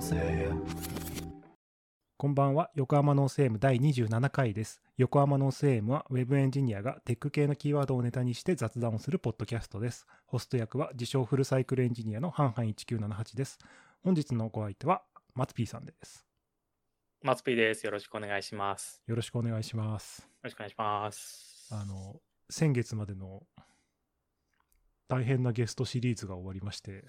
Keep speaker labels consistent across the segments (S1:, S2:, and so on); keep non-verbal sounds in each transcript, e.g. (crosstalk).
S1: せ。
S2: こんばんは。横浜ノース M 第27回です。横浜ノース M は Web エンジニアがテック系のキーワードをネタにして雑談をするポッドキャストです。ホスト役は自称フルサイクルエンジニアのハンハン1978です。本日のご相手は松 P さんです。
S3: 松ピーです。よろしくお願いします。
S2: よろしくお願いします
S3: よ。ろしくお願いします。
S2: あの、先月までの大変なゲストシリーズが終わりまして、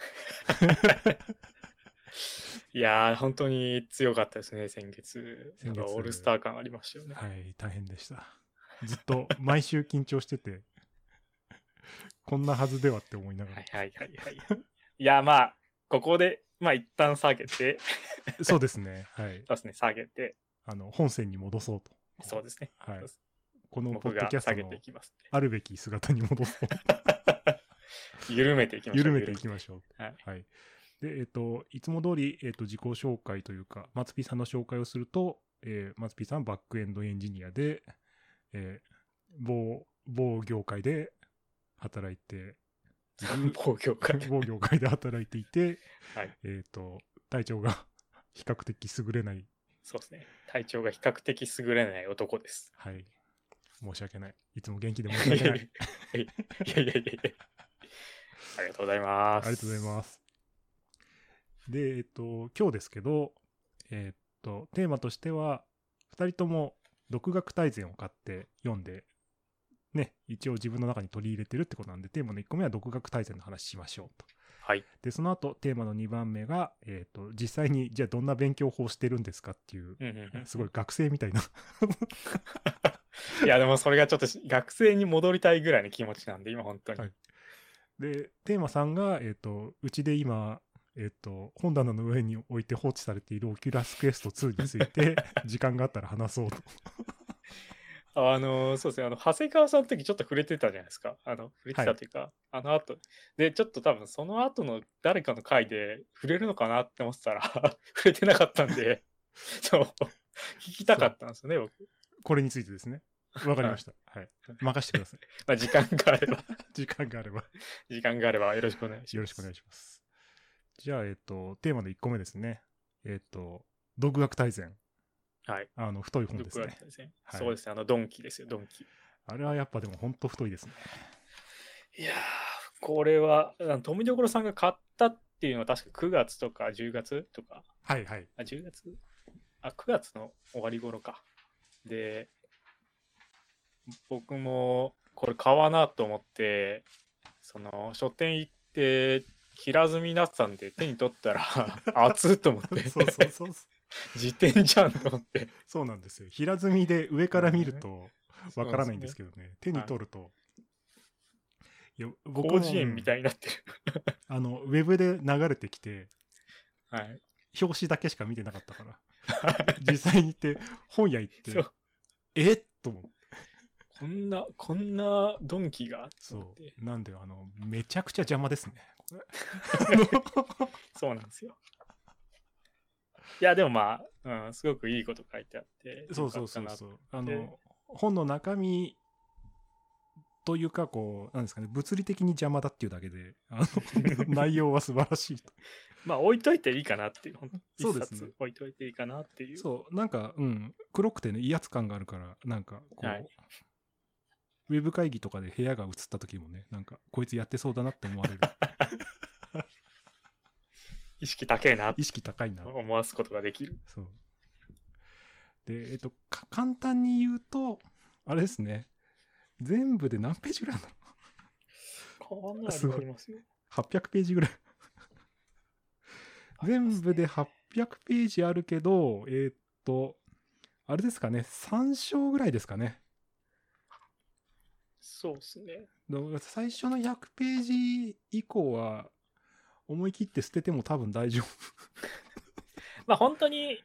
S3: いやー、本当に強かったですね、先月。
S2: 先月
S3: なんかオールスター感ありましたよね。
S2: はい、大変でした。ずっと毎週緊張してて、こんなはずではって思いなが
S3: は
S2: ら
S3: い。はいはいはい。いやー、まあ、ここで、まあ、一旦下げて、
S2: そうですね。はい。
S3: そうですね、下げて、
S2: あの、本線に戻そうと。
S3: そうですね。
S2: はい
S3: そうです。
S2: このポ
S3: 僕
S2: ッド
S3: が
S2: キャスト
S3: 下げ
S2: の
S3: ていきます。
S2: あるべき姿に戻そう。
S3: 緩めていきましょう。
S2: 緩めていきましょう。
S3: はい
S2: で、えっ、と、いつも通り、えっ、と、自己紹介というか、松ピさんの紹介をすると、えー、松ピさんバックエンドエンジニアで、えー、某、某業界で働いて、
S3: 緩めて。工業界。
S2: 某業界で働いていて、
S3: はい
S2: えっ、と、体調が比較的優れない。
S3: そうですね。体調が比較的優れない男です。
S2: はい。申し訳ない。いつも元気で
S3: い
S2: 申
S3: や
S2: し訳
S3: いや
S2: ないい。
S3: やいやいやいや。ありがとうございます。
S2: ありがとうござい
S3: す。
S2: ます。で、えっと、今日ですけど、えっと、テーマとしては、2人とも独学大全を買って読んで、ね、一応自分の中に取り入れてるってことなんで、テーマの1個目は独学大全の話しましょうと。
S3: はい。
S2: で、その後、テーマの2番目が、えっと、実際に、じゃあどんな勉強法してるんですかっていう、
S3: うんうんうん
S2: すごい学生みたいな
S3: いや、でもそれがちょっとし学生に戻りたいぐらいの気持ちなんで、今本当に。
S2: はいで、テーマさんが、えっ、と、うちで今、えっ、と、本棚の上に置いて放置されているオキュラスクエスト2につい (laughs) て、時間があったら話そうと。
S3: あのーそうですね、あの、長谷川さんの時ちょっと触れてたじゃないですか。あの、触れてたというか、あの後。で、ちょっと多分その後の誰かの回で触れるのかなって思ってたら、 (laughs) 触れてなかったん
S2: (laughs)
S3: で、そう、聞きたかったんですよね、僕。
S2: これについてですね。わかりました。はい。任してくだ (laughs) さい。
S3: まあ、時間があれば、 (laughs)
S2: 時間があれば、
S3: 時間があればよろしくお願いします。
S2: よろしくお願いします。じゃあ、えっ、と、テーマの1個目ですね。えっ、と、独学大全。
S3: はい。
S2: あの、太い本です
S3: 僕はで
S2: ね。
S3: すね
S2: はい
S3: そうですね、あの、ドンキですよ、ドンキ。
S2: あれはやっぱでも本当太いですね。
S3: いやー、これは、あの富所さんが買ったっていうのは確か9月とか10月とか、
S2: はいはい。
S3: あ、10月あ、9月の終わり頃か。で、僕もこれ買わなと思って、その書店行って、平積みになってたんで手に取ったら (laughs) 熱っと思って
S2: (laughs)
S3: (laughs)
S2: そうそうそう。
S3: 自転じゃんと思って
S2: そうなんですよ。平積みで上から見ると、わからないんです
S3: け
S2: けどね。手に取ると、いや、
S3: ど
S2: 僕
S3: 広辞苑みた
S2: い。
S3: いになってる (laughs)
S2: あの、ウェブで流れてきて、
S3: はい
S2: 表紙だけしか見てなかった (laughs) から。実際に行って、本屋行っ
S3: そ
S2: て
S3: う、
S2: えっと思って。
S3: こんなこんなドンキがと思っ
S2: そ
S3: て
S2: う。なんで、あの、めちゃくちゃ邪魔ですね。あの
S3: そうなんですよ。いや、でもまあ、うん、すごくいいこと書いてあって。
S2: そうそうそう
S3: う。
S2: そう。あ
S3: で
S2: の、本の中身というか、こう、なんですかね、物理的に邪魔だっていうだけで、あ (laughs) の内容は素晴らしいと。
S3: まあ、置いといていいかなっていう。ほんと
S2: そう
S3: 一
S2: ですね
S3: 冊置いといていいかなっていう。
S2: そう、なんか、うん、黒くてね、威圧感があるから、なんか、こう、
S3: はい
S2: ウェブ会議とかで部屋が映った時もね、なんか、こいつやってそうだなって思われる。
S3: 意識高いなって
S2: 意識高い
S3: (laughs)
S2: な。
S3: 思わすことができる。
S2: そう。で、えっと、か簡単に言うと、あれですね、全部で何ページぐらいある
S3: こんな
S2: す
S3: の
S2: ごい
S3: ありますよ。
S2: の ?800 ページぐらい。全部で800ページあるけど、えっと、あれですかね、3章ぐらいですかね。
S3: そうですね。
S2: だから最初の100ページ以降は、思い切って捨てても多分大丈夫。
S3: まあ、本当に、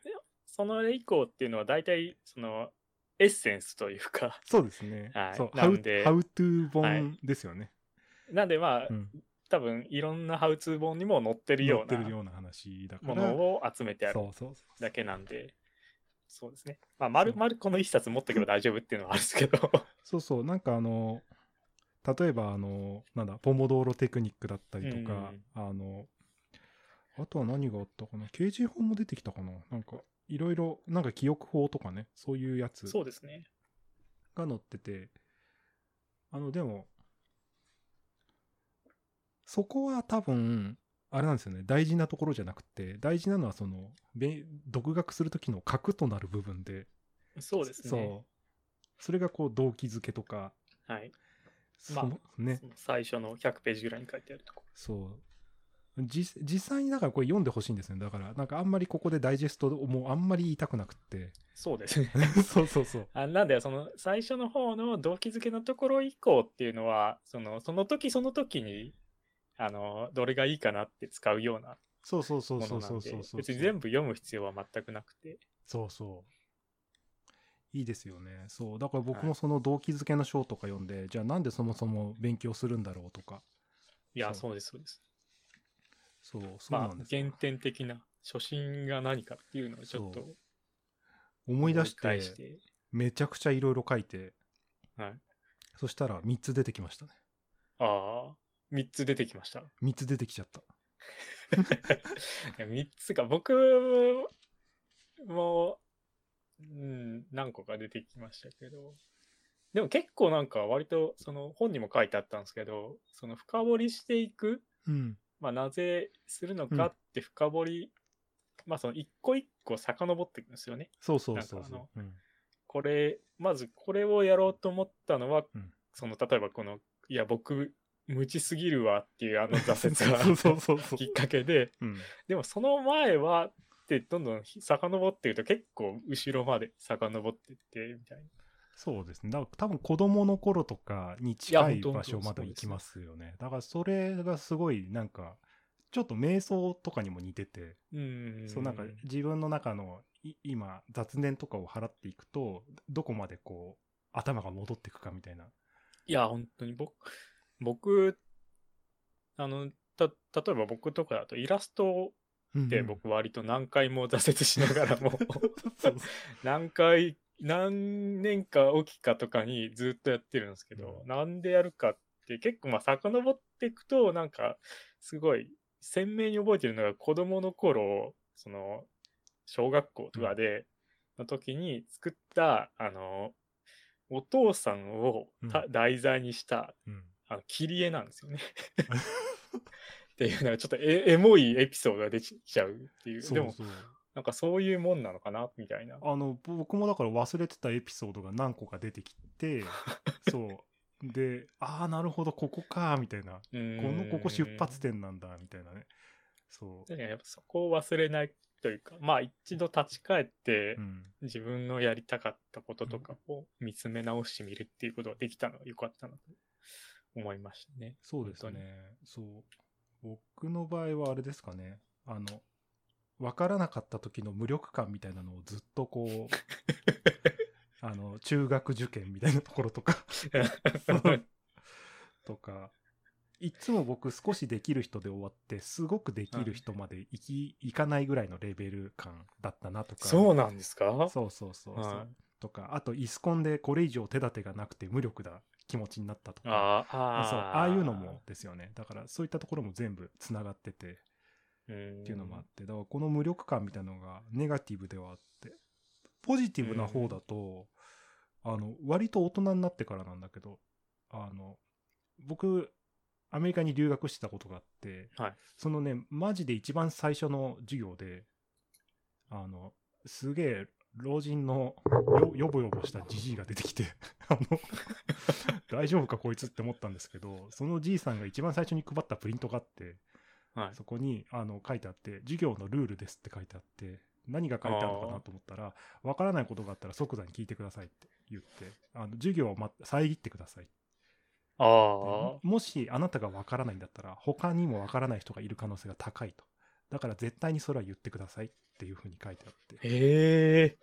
S3: その以降っていうのは大体、その、エッセンスというか、
S2: そうですね。
S3: はい
S2: そう、ハ
S3: な
S2: ウ
S3: んで
S2: How to
S3: は
S2: 本
S3: い
S2: ですよね。
S3: なんでまあ、
S2: うん。
S3: 多分、いろんなハウツー本にも載ってるよ
S2: 載
S3: う
S2: ってる
S3: な
S2: ような話だか
S3: も
S2: ら。
S3: のを集めてある
S2: そうそうそう。
S3: だけなんで、そうですね。まあ、まる
S2: そう
S3: まるこの一冊持ってけば大丈夫っていうのはあるんです
S2: (laughs)
S3: けど、
S2: そうそう、なんかあの、例えばあの、なんだ、ポモドーロテクニックだったりとか、あの、あとは何があったかな ?KG 法も出てきたかななんか、いろいろ、なんか記憶法とかね、そういうやつ
S3: そうですね。
S2: が載ってて、あの、でも、そこは多分、あれなんですよね、大事なところじゃなくて、大事なのはその、べ独学するときの核となる部分で、
S3: そうですね。
S2: そう。それがこう、動機づけとか、
S3: はい。
S2: そ
S3: まあ
S2: のね、
S3: その最初の100ページぐらいに書いてあるとこ。
S2: そう。じ実際にだからこれ読んでほしいんですね。だから、なんかあんまりここでダイジェストをもうあんまり言いたくなくって。
S3: (laughs) そうですね。
S2: そうそうそう。
S3: あなんで、その最初の方の動機づけのところ以降っていうのは、そのその時その時に、あの、どれがいいかなって使うような
S2: そうそうそう
S3: も
S2: そ
S3: の
S2: う
S3: な
S2: そ
S3: ん
S2: う
S3: で
S2: そう、そう。
S3: 別に全部読む必要は全くなくて。
S2: そうそう。いいですよね。そう。だから僕
S3: は
S2: も
S3: い
S2: その動機づけの章とか読んで、じゃあなんでそもそも勉強するんだろうとか。
S3: いや、
S2: そ
S3: そうです、そうです。
S2: そう、そうな
S3: ま
S2: ん
S3: あ
S2: で、すよ、
S3: 原点的な、初心が何かっていうのをちょっと
S2: そう思い出し
S3: 返
S2: て、
S3: して。
S2: めちゃくちゃいろいろ書いて、
S3: はい。
S2: そしたら3つ出てきましたね。
S3: ああ、3つ出てきました。い
S2: 3つ出てきちゃった。
S3: や3つか、僕も、うん、何個か出てきましたけど。でも結構なんか割と、その本にも書いてあったんですけど、その深掘りしていく、
S2: うん。
S3: まあなぜするの
S2: うん
S3: かって深掘り、まあその一個一個遡っていくんですよね。
S2: そうそうそう
S3: なんか
S2: そう。うん
S3: これ、まずこれをやろうと思ったのは、
S2: うん
S3: その例えばこの、いや僕、無知すぎるわっていうあの挫折
S2: (laughs) そうそう
S3: が
S2: そう (laughs) そう
S3: (laughs) きっかけで、
S2: うん。
S3: でもその前はってどんどん遡っていくと結構後ろまで遡ってってみたいな。
S2: そうですね。だから多分子供の頃とかに近い
S3: いや本当
S2: 場所ま
S3: 本当
S2: で行き
S3: そうです
S2: ますよね。だからそれがすごいなんか、ちょっと瞑想とかにも似てて、
S3: うん
S2: そうなんか自分の中のい今雑念とかを払っていくと、どこまでこう頭が戻っていくかみたいな。
S3: いや、本当に僕、僕、あの、た、例えば僕とかだとイラストって僕割と何回も挫折しながらも、
S2: そう
S3: (laughs) 何回、何年かおきかとかにずっとやってるんですけど、
S2: う
S3: なんでやるかって結構まあ遡っていくとなんかすごい鮮明に覚えてるのが子供の頃、その小学校とかでの時に作った、あの、お父さんをた
S2: う
S3: 題材にした、
S2: うん
S3: あの切り絵なん
S2: (laughs)
S3: ですよね。っていうのがちょっとエエモいエピソードが出ちゃうっていう。
S2: そ
S3: で
S2: う
S3: も
S2: そう。
S3: なんかそういうもんなのかなみたいな。
S2: あの、僕もだから忘れてたエピソードが何個か出てき (laughs) て、そう。で、ああ、なるほど、ここか、みたいな。
S3: こ
S2: このここ出発点なんだみたいなねそ
S3: 確かにやっぱそこを忘れないというか、まあ一度立ち返って
S2: う、うん、
S3: 自分のやりたかったこととかを見つめ直してみるっていうことができたのは良かったなと思いましたね。
S2: そうです
S3: 本当
S2: ねそう僕の場合はあれですかねあの分からなかった時の無力感みたいなのをずっとこう
S3: (laughs)
S2: あの中学受験みたいなところとかそうとかいつも僕少しできる人で終わってすごくできる人までいき、いかないぐらいのレベル感だったなとか
S3: (laughs) そうなんですか
S2: そうそうそうそう、
S3: はい
S2: とかあとイスコンでこれ以上手立てがなくて無力だ気持ちになったとか
S3: あーあー、
S2: そうああいうのもですよねだからそういったところも全部つながってて
S3: うん、っ
S2: っていうのもあってだからこの無力感みたいなのがネガティブではあってポジティブな方だと、あの割と大人になってからなんだけどあの僕アメリカに留学してたことがあって、
S3: はい
S2: そのねマジで一番最初の授業であのすげえ老人のよよぼよぼしたじじいが出てき (laughs) てあの大丈夫かこいつって思ったんですけどそのじいさんが一番最初に配ったプリントがあって
S3: はい
S2: そこにあの書いてあって、授業のルールですって書いてあって、何が書いてあるのかなと思ったら、わからないことがあったら即座に聞いてくださいって言って、あの授業を、ま、遮ってくださいって
S3: あー
S2: もしあなたがわからないんだったら、他にもわからない人がいる可能性が高いと。だから絶対にそれは言ってくださいっていうふうに書いてあって。
S3: へ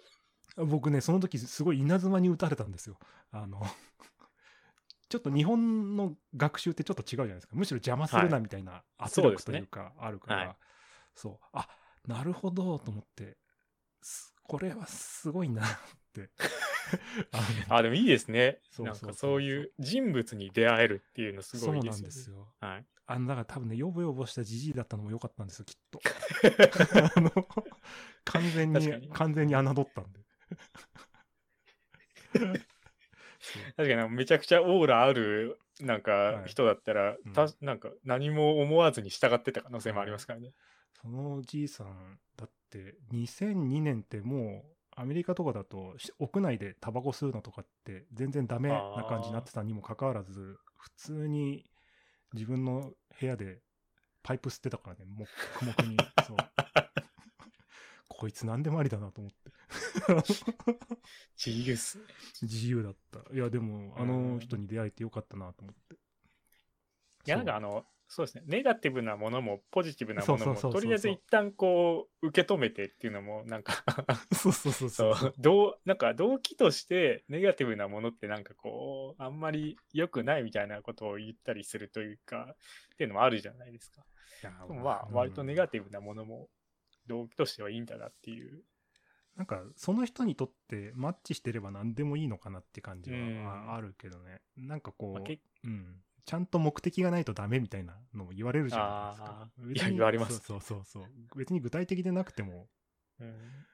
S3: え。
S2: 僕ね、その時すごい稲妻に打たれたんですよ。あの、 (laughs) ちょっと日本の学習ってちょっと違うじゃないですか。むしろ邪魔する
S3: は
S2: ないみたいな圧
S3: そうで
S2: 力
S3: す
S2: と
S3: ね
S2: いうか、あるから、
S3: はい
S2: そう、あ、
S3: (laughs)
S2: なるほどと思って、すこれはすごいなってあの
S3: あ、でもいいですね。
S2: そう
S3: なん
S2: そうそう
S3: かそういう人物に出会えるっていうのす
S2: そ
S3: ご
S2: う
S3: いいい
S2: な
S3: で
S2: ん
S3: すよ
S2: で
S3: ね。
S2: すよ。
S3: はい。
S2: あの、だから多分ね、ヨボヨボしたじじいだったのも良かったんですよ、きっ
S3: (laughs)
S2: と。あの、完全に
S3: 確かに
S2: 完全に侮ったんで。
S3: 確かにめちゃくちゃオーラあるなんか
S2: はい
S3: 人だったら、
S2: うん
S3: たなんか何も思わずに従ってた可能性もありますからね。
S2: そのおじいさん、だって、2002年ってもう、アメリカとかだと、し屋内でタバコ吸うのとかって、全然ダメな感じになってたにもかかわらず、普通に自分の部屋でパイプ吸ってたからね、もう、黙
S3: (laughs)
S2: 々に。そう。こいつ何でもありだなと思って。
S3: 自由っすね。
S2: 自由だった。いや、でも、あ
S3: う
S2: の
S3: ん
S2: 人に出会えてよかったなと思って。
S3: いやなんか
S2: そう
S3: あのそうですねネガティブなものもポジティブなもの
S2: そう
S3: も
S2: そうそうそう
S3: とりあえず一旦こう受け止めてっていうのもなん (laughs) か
S2: そうそうそうそ。
S3: そううどうなんか動機としてネガティブなものってなんかこうあんまり良くないみたいなことを言ったりするというかっていうのもあるじゃないですか。
S2: いや
S3: でもまあ
S2: うん
S3: 割とネガティブなものも動機としてはいいんだなっていう。
S2: なんか、その人にとってマッチしてれば何でもいいのかなって感じは
S3: うん
S2: ああるけどね。なんかこ
S3: まあ結
S2: う、うん。ちゃんと目的がないとダメみたいなのも言われるじゃないですか
S3: あ。
S2: 別
S3: ー
S2: に
S3: いや言われます
S2: そうそうそうそう。別に具体的でなくても、
S3: うん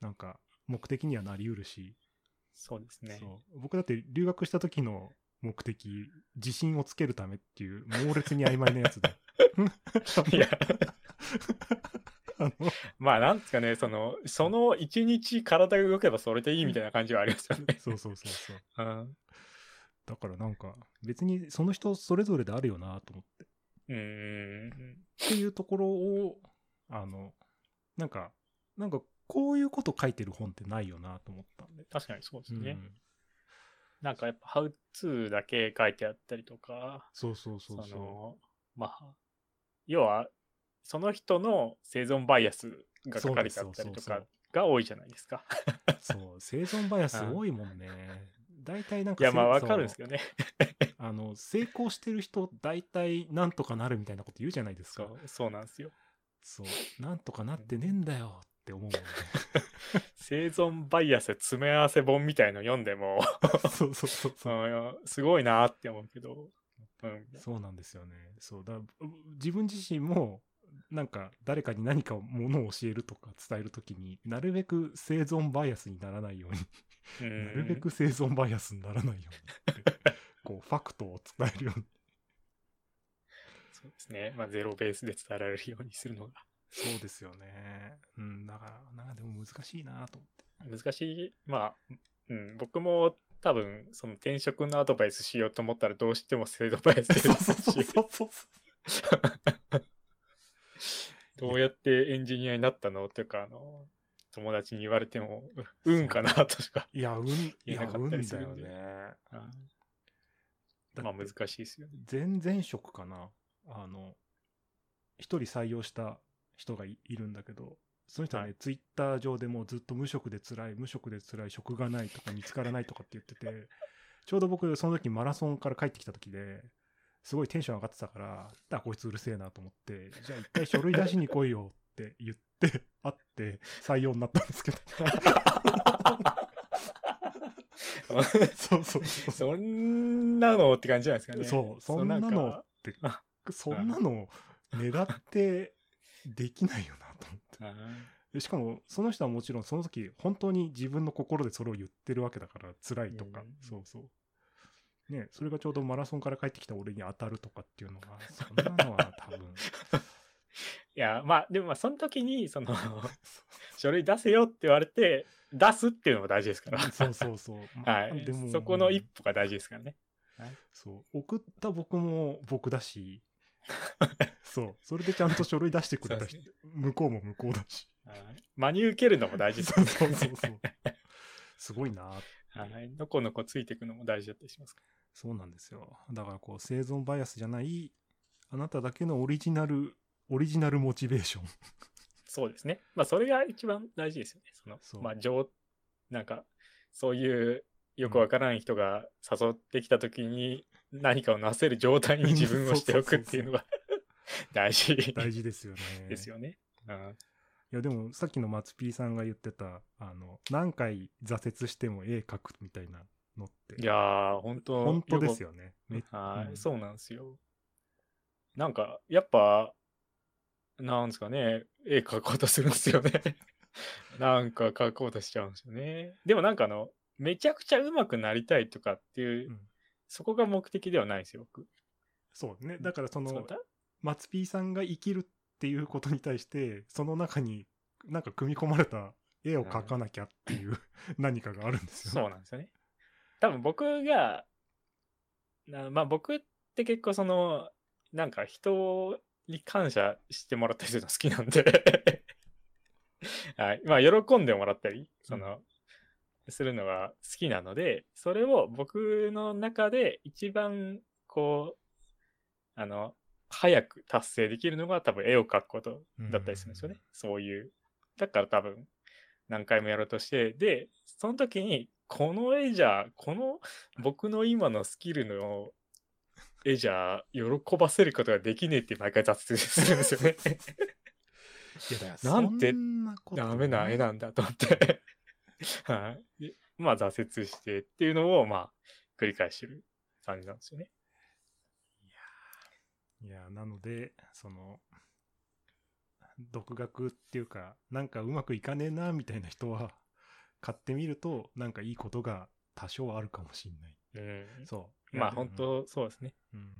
S2: なんか、目的にはなりうるし、
S3: そうですね。
S2: そう僕だって留学した時の目的、自信をつけるためっていう猛烈に曖昧なや
S3: (laughs)
S2: つで。
S3: いや、
S2: あの
S3: まあなんですかね、その、その一日体が動けばそれでいいみたいな感じはありますよね。
S2: そうそうそうそう。
S3: うん。
S2: だからなんか、別にその人それぞれであるよなと思って。
S3: うーん。
S2: っていうところを、あの、なんか、なんかこういうこと書いてる本ってないよなと思ったんで。
S3: 確かにそうです
S2: うん
S3: ね。なんかやっぱ、ハウツーだけ書いてあったりとか、
S2: そうそうそう
S3: そ
S2: そ
S3: の、まあ、要は、その人の生存バイアスが書かれてあった
S2: そう
S3: り
S2: ですそうそ
S3: と
S2: うそ
S3: か
S2: う
S3: が多いじゃないで
S2: (laughs)
S3: すか。
S2: う。そう、生存バイアス多いもんね。大体なん
S3: い
S2: か
S3: や、まあわ
S2: せ
S3: かるんです
S2: そう
S3: けどね。
S2: あの、成功してる人、大体なんとかなるみたいなこと言うじゃないです
S3: そ
S2: か。
S3: う、そうなんですよ。
S2: そう、なんとかなってねえんだよって思うもん
S3: (laughs)
S2: ね。
S3: 生存バイアス詰め合わせ本みたいの読んでも、 (laughs)
S2: そうそうそう
S3: そ
S2: そう。
S3: のすごいなって思うけど、うん、
S2: そうなんですよね。そうだう自分自身もなんか誰かに何かものを教えるとか伝えるときになるべく生存バイアスにならないように、
S3: う
S2: なるべ
S3: ん
S2: く生存バイアスにならないように (laughs) ってこうファクトを伝えるように
S3: そうですね、まあ、ゼロベースで伝えられるようにするのが
S2: そうですよね。うんだからなんかでも難しいなと思って。
S3: 難しいまあ、うん、僕も多分その転職のアドバイスしようと思ったらどうしても制度バイアスで
S2: (laughs) そうそうそうそうそう。
S3: どうやってエンジニアになったのというかあの友達に言われてもう運かなとしか、
S2: いや運い
S3: 言え
S2: や
S3: なか
S2: 運だ
S3: ったりする
S2: よ
S3: んで
S2: ね。だって
S3: まあ難しいですよね
S2: 前々職かなあの一人採用した人がいいるんだけどその人はね、
S3: は
S2: ツイッター上でもうずっと無職で辛い無職で辛い職がないとか見つからないとかって言っててちょうど僕その時マラソンから帰ってきた時ですごいテンション上がってたからあこいつうるせえなと思ってじゃあ一回書類出しに来いよって言って会って採用になったんですけど (laughs) そうそうそう
S3: そんなのって感じじゃないですかね
S2: そう、そんな
S3: う
S2: の
S3: か
S2: って
S3: あ、
S2: そんなの狙ってできないよなと思って
S3: あー
S2: で。しかも、その人はもちろんその時、本当に自分の心でそれを言ってるわけだから、辛いとか、
S3: うん
S2: そうそう。ね、それがちょうどマラソンから帰ってきた俺に当たるとかっていうのが、そんなのは多
S3: (laughs)
S2: 分、
S3: いや、まあ、でもまあ、その時に、その、 (laughs) 書類出せよって言われて、出すっていうのも大事ですから。
S2: そうそうそう。ま
S3: は
S2: あ
S3: い。そこの一歩が大事ですからね。
S2: そう送った僕も僕だ
S3: (laughs)
S2: しそうそれでちゃんと書類出してくれた人、
S3: そう
S2: 向こうも向こうだし
S3: はい真に受けるのも大事です
S2: そ
S3: か
S2: う
S3: ら
S2: そうそう
S3: ね。
S2: そうすごいな
S3: はい。のこのこついていくのも大事だったりしますか
S2: そうなんですよだからこう生存バイアスじゃないあなただけのオリジナルオリジナルモチベーション
S3: ら。そうですね。まあ、それが一番大事ですよね。その、
S2: そう
S3: まあ、上、なんか、そういう、よくわからない人が誘ってきた時に、何かをなせる状態に自分をしておくっていうのが (laughs) (laughs) 大事
S2: 大事ですよね
S3: ですよね。うん
S2: いやでもさっきの松 P さんが言ってたあの何回挫折しても絵描くみたいなのって
S3: いやー、本当
S2: 本当ですよね。め
S3: はい、
S2: うん
S3: そうなんですよ。なんか、やっぱ、なんですかね、絵描こうとするんですよね。 (laughs) なんか描こうとしちゃうんですよね。でもなんかあの、めちゃくちゃ上手くなりたいとかっていう、
S2: うん
S3: そこが目的ではないんですよ、僕。
S2: そうねだからそ
S3: そう
S2: の
S3: だ
S2: 松 P さんが生きるっていうことに対してその中になんか組み込まれた絵を描かなきゃっていう (laughs) 何かがあるんです
S3: そ
S2: よ。
S3: うなんですよね。多分僕が、なまあ僕って結構その、なんか人に感謝してもらったりするの好きなんで、 (laughs) はい。まあ喜んでもらったり、その、するのが好きなので、それを僕の中で一番こう、あの、早く達成できるのが多分絵を描くことだったりするんですよね。
S2: うん
S3: そういう。だから多分何回もやろうとして、で、その時にこの絵じゃ、この僕の今のスキルの絵じゃ喜ばせることができねえって毎回挫折するんですよね。
S2: いや
S3: なんて
S2: そんなこと
S3: ダメな絵なんだと思って。 (laughs) はい。でまあ挫折してっていうのをまあ繰り返してる感じなんですよね。
S2: いやなのでその独学っていうかなんかうまくいかねえなみたいな人は買ってみるとなんかいいことが多少あるかもしんない。
S3: うん。
S2: そう。い
S3: まあ
S2: やでも
S3: 本当そうですね。
S2: うん。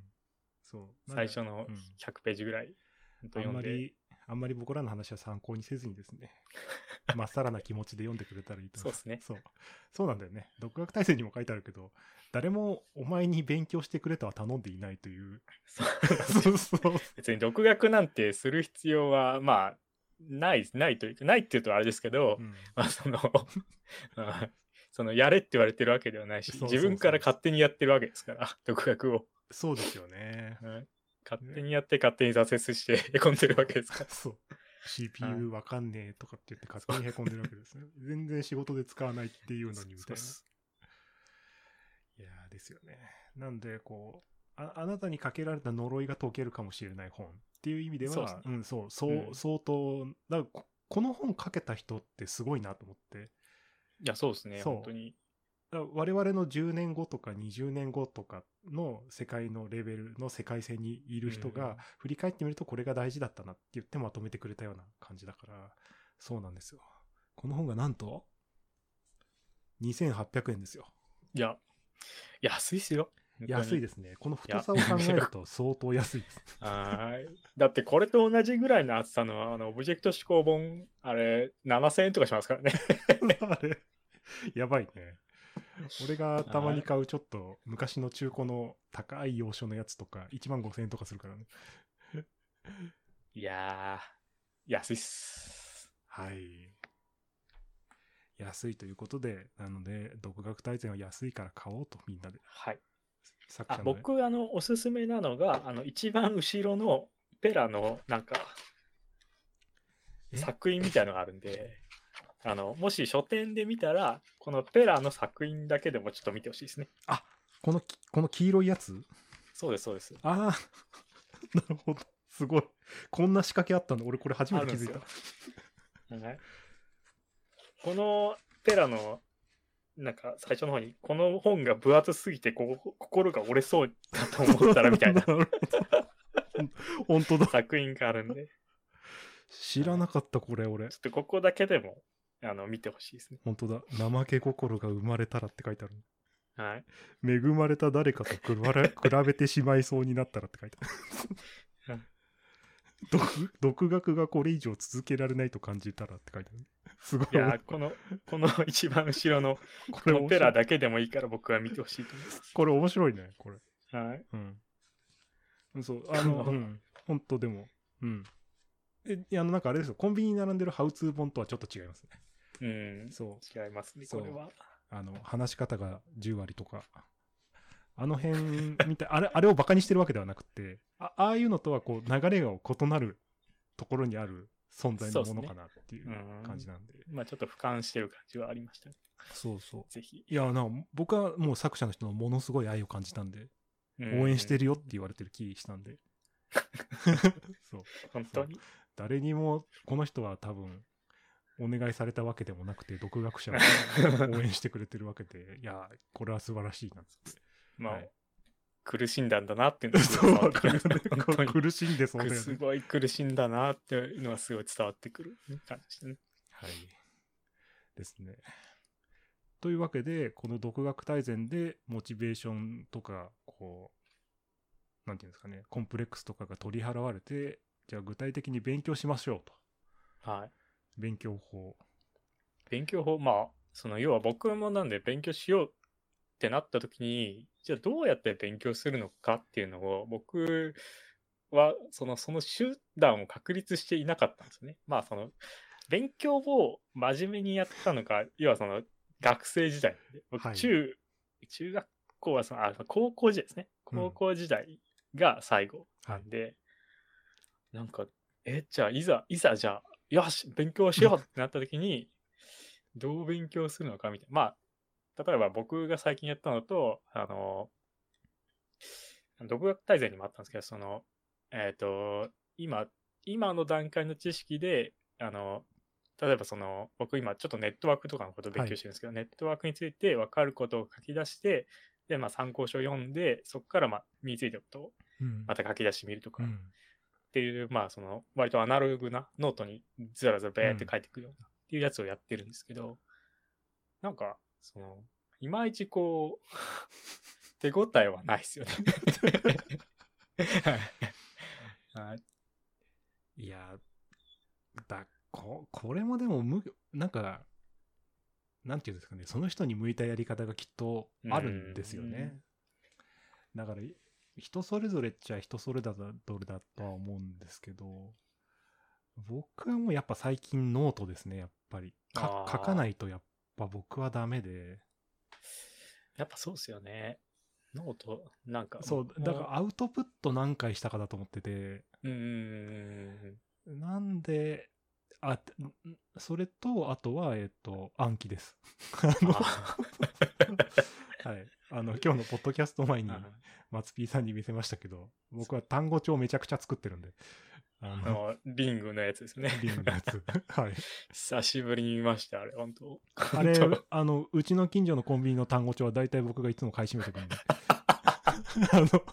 S2: そう。
S3: 最初
S2: の、
S3: の
S2: うん
S3: 100ページぐらい。本当
S2: あん
S3: 読
S2: ま
S3: んで。
S2: り、あんまり僕らの話は参考にせずにです
S3: (laughs)
S2: ね、まっさらな気持ちで読んでくれたらいいと思います。
S3: そうです
S2: そう。そうなんだよね。独学体制にも書いてあるけど、誰もお前に勉強してくれとは頼んでいないという。そうそう。
S3: (laughs) 別に独学なんてする必要はまあない、ないというか、ないっていうとあれですけど、
S2: (laughs) うん
S3: まあその、 (laughs) うんそのやれって言われてるわけではない
S2: そ
S3: し、
S2: うそうそう
S3: 自分から勝手にやってるわけですから、独学を。
S2: そうですよね。
S3: うん勝手にやって勝手に挫折して (laughs) へこんでるわけですか
S2: (laughs)
S3: ら。
S2: そう。CPU わかんねえとかって言って勝手にへこんでるわけ
S3: (laughs)
S2: ですね。全然仕事で使わないっていうのにみたいな。
S3: そうっす
S2: いやーですよね。なんで、こうあ、あなたにかけられた呪いが解けるかもしれない本っていう意味では、
S3: そうですね
S2: ん、そう、そう、
S3: うん
S2: 相当、だからこ、この本かけた人ってすごいなと思って、
S3: いや、そうですね、
S2: そう
S3: 本当に。
S2: だから我々の10年後とか20年後とかの世界のレベルの世界線にいる人
S3: うん
S2: が、振り返ってみるとこれが大事だったなって言ってまとめてくれたような感じだから、そうなんですよ。この本がなんと、2800円ですよ。
S3: いや、安いですよ。
S2: 安い
S3: で
S2: ですね。この太さを考えると相当安いです。
S3: す。はーい。だってこれと同じぐらいの厚さの、あの、オブジェクト思考本、あれ、7000円とかしますからね。 (laughs)
S2: あれ、やばいね。俺がたまに買うちょっと昔の中古の高い洋書のやつとか1万5000円とかするからね。
S3: いやー、安いっす。
S2: はい。安いということで、なので、独学大全は安いから買おうとみんなで。
S3: はい。
S2: 作
S3: あ
S2: 者のね、
S3: 僕、あの、おすすめなのが、あの、一番後ろのペラの、なんか、
S2: え
S3: 作品みたいのがあるんで、あの、もし書店で見たら、このペラの作品だけでもちょっと見てほしいですね。
S2: このき、この黄色いやつ
S3: そうです、そうです。
S2: ああ、 (laughs) なるほど。すごい。こんな仕掛けあったの俺これ初め
S3: あ
S2: て
S3: るん
S2: 気
S3: です
S2: づい
S3: よ
S2: た。。
S3: はいこのペラの、なんか最初の方に、この本が分厚すぎてこう、心が折れそうだと思ったらみたい
S2: (laughs)
S3: な
S2: るほど。本当だ。
S3: 作品があるんで、
S2: 知らなかった、これ、俺
S3: ちょ。っとここだけでも、あの、見てほしいですね。
S2: 本当だ。怠け心が生まれたらって書いてある。
S3: はい。
S2: 恵まれた誰かと比べ比べてしまいそうになったらって書いて
S3: (laughs)
S2: ある独独学がこれ以上続けられないと感じたらって書いてあるすごい
S3: いやー、この、この一番後ろの、
S2: こ
S3: このペラ
S2: だ
S3: だけでもいいから僕は見てほしいと思います。
S2: これ面白いねこれ
S3: はい。
S2: うんそうあ
S3: (laughs)
S2: の、
S3: う
S2: うん、本当でもうんえいやあのなんかあれですよコンビニに並んでるハウツー本とはちょっと違いますね
S3: うん。
S2: そう
S3: 違いますね、
S2: そ
S3: こ
S2: う
S3: れは。
S2: あの話し方が10割とかあの辺みたいあれあれをバカにしてるわけではなくてあああいうのとはこう流れが異なるところにある存在のものかなっていう
S3: そうっすねうん
S2: 感じなんで
S3: まあちょっと俯瞰してる感じはありましたね。
S2: そうそう
S3: ぜひ。
S2: いやなんか僕はもう作者の人のものすごい愛を感じたんで応援して
S3: る。
S2: るよって言われてる気したんでそう
S3: 本当に。
S2: 誰にもこの人は多分お願いされたわけでもなくて、独学者が
S3: (laughs)
S2: 応援してくれてるわけで、いや、これは素晴らしいなっつって。
S3: まあ、
S2: はい
S3: 苦しんだんだなっ
S2: (laughs)
S3: ていうのがす
S2: そ、
S3: ごいう伝わ
S2: わ
S3: っ
S2: かる
S3: てくる。本当に
S2: 苦しんでそうだよ
S3: す
S2: ね。
S3: ごい苦しんだなっていうのはすごい伝わってくる感じね。
S2: はい。ですね。というわけで、この独学大全で、モチベーションとか、こう、なんていうんですかね、コンプレックスとかが取り払われて、じゃあ具体的に勉強しましょうと。
S3: はい。
S2: 勉強法。
S3: 勉強法、まあ、その要は僕もなんで勉強しようってなった時に、じゃあどうやって勉強するのかっていうのを僕はそのその手段を確立していなかったんですね。まあその勉強を真面目にやったのか、要はその学生時代で、
S2: は
S3: 僕
S2: い
S3: 中、中学校はその、あ、高校時代ですね。高校時代が最後
S2: はい。
S3: で、なんか、え、じゃあ、いざ、いざ、じゃあ、よし、勉強しようってなった時に、 (laughs) どう勉強するのかみたいな。まあ、例えば僕が最近やったのと、あの、独学大全にもあったんですけど、その、えっ、と、今、今の段階の知識で、あの、例えばその、僕今ちょっとネットワークとかのことを勉強してるんですけど、ネットワークについて分かることを書き出して、で、まあ参考書を読んで、そこからまあ身についたことを
S2: うん
S3: また書き出してみるとか
S2: う
S3: っ
S2: ん。
S3: ていう、まあその割とアナログなノートにずらずらべーって書いてくるようなっていうやつをやってるんですけど、なんかそのいまいちこう (laughs) 手応えはないですよね。はい
S2: いや、だ、こ、これもでも無、なんか、なんていうんですかね、その人に向いたやり方がきっとあるんですよね。だから、い人それぞれっちゃ人それぞれだとは思うんですけど、僕はもうやっぱ最近ノートですね、やっぱり。か
S3: あー
S2: 書かないとやっぱ僕はダメで。
S3: やっぱそうですよね。ノートなんか
S2: そう、だからアウトプット何回したかだと思ってて、
S3: うんうんうん
S2: なんで、あ、てんそれと、あとは、えっ、と、暗記 (laughs) です。あ
S3: うん
S2: の、は
S3: あ
S2: (laughs) い。あの、今日のポッドキャスト前に
S3: ー、
S2: 松 P さんに見せましたけど、僕は単語帳めちゃくちゃ作ってるんで、あ
S3: あ
S2: の、
S3: のリングのやつですね。
S2: リングのや (laughs) つ。はい。
S3: 久しぶりに見ました、あれ、本当
S2: あれ、あの、うちの近所のコンビニの単語帳は大体僕がいつも買い占めてくるん (laughs) で。あ (laughs) の、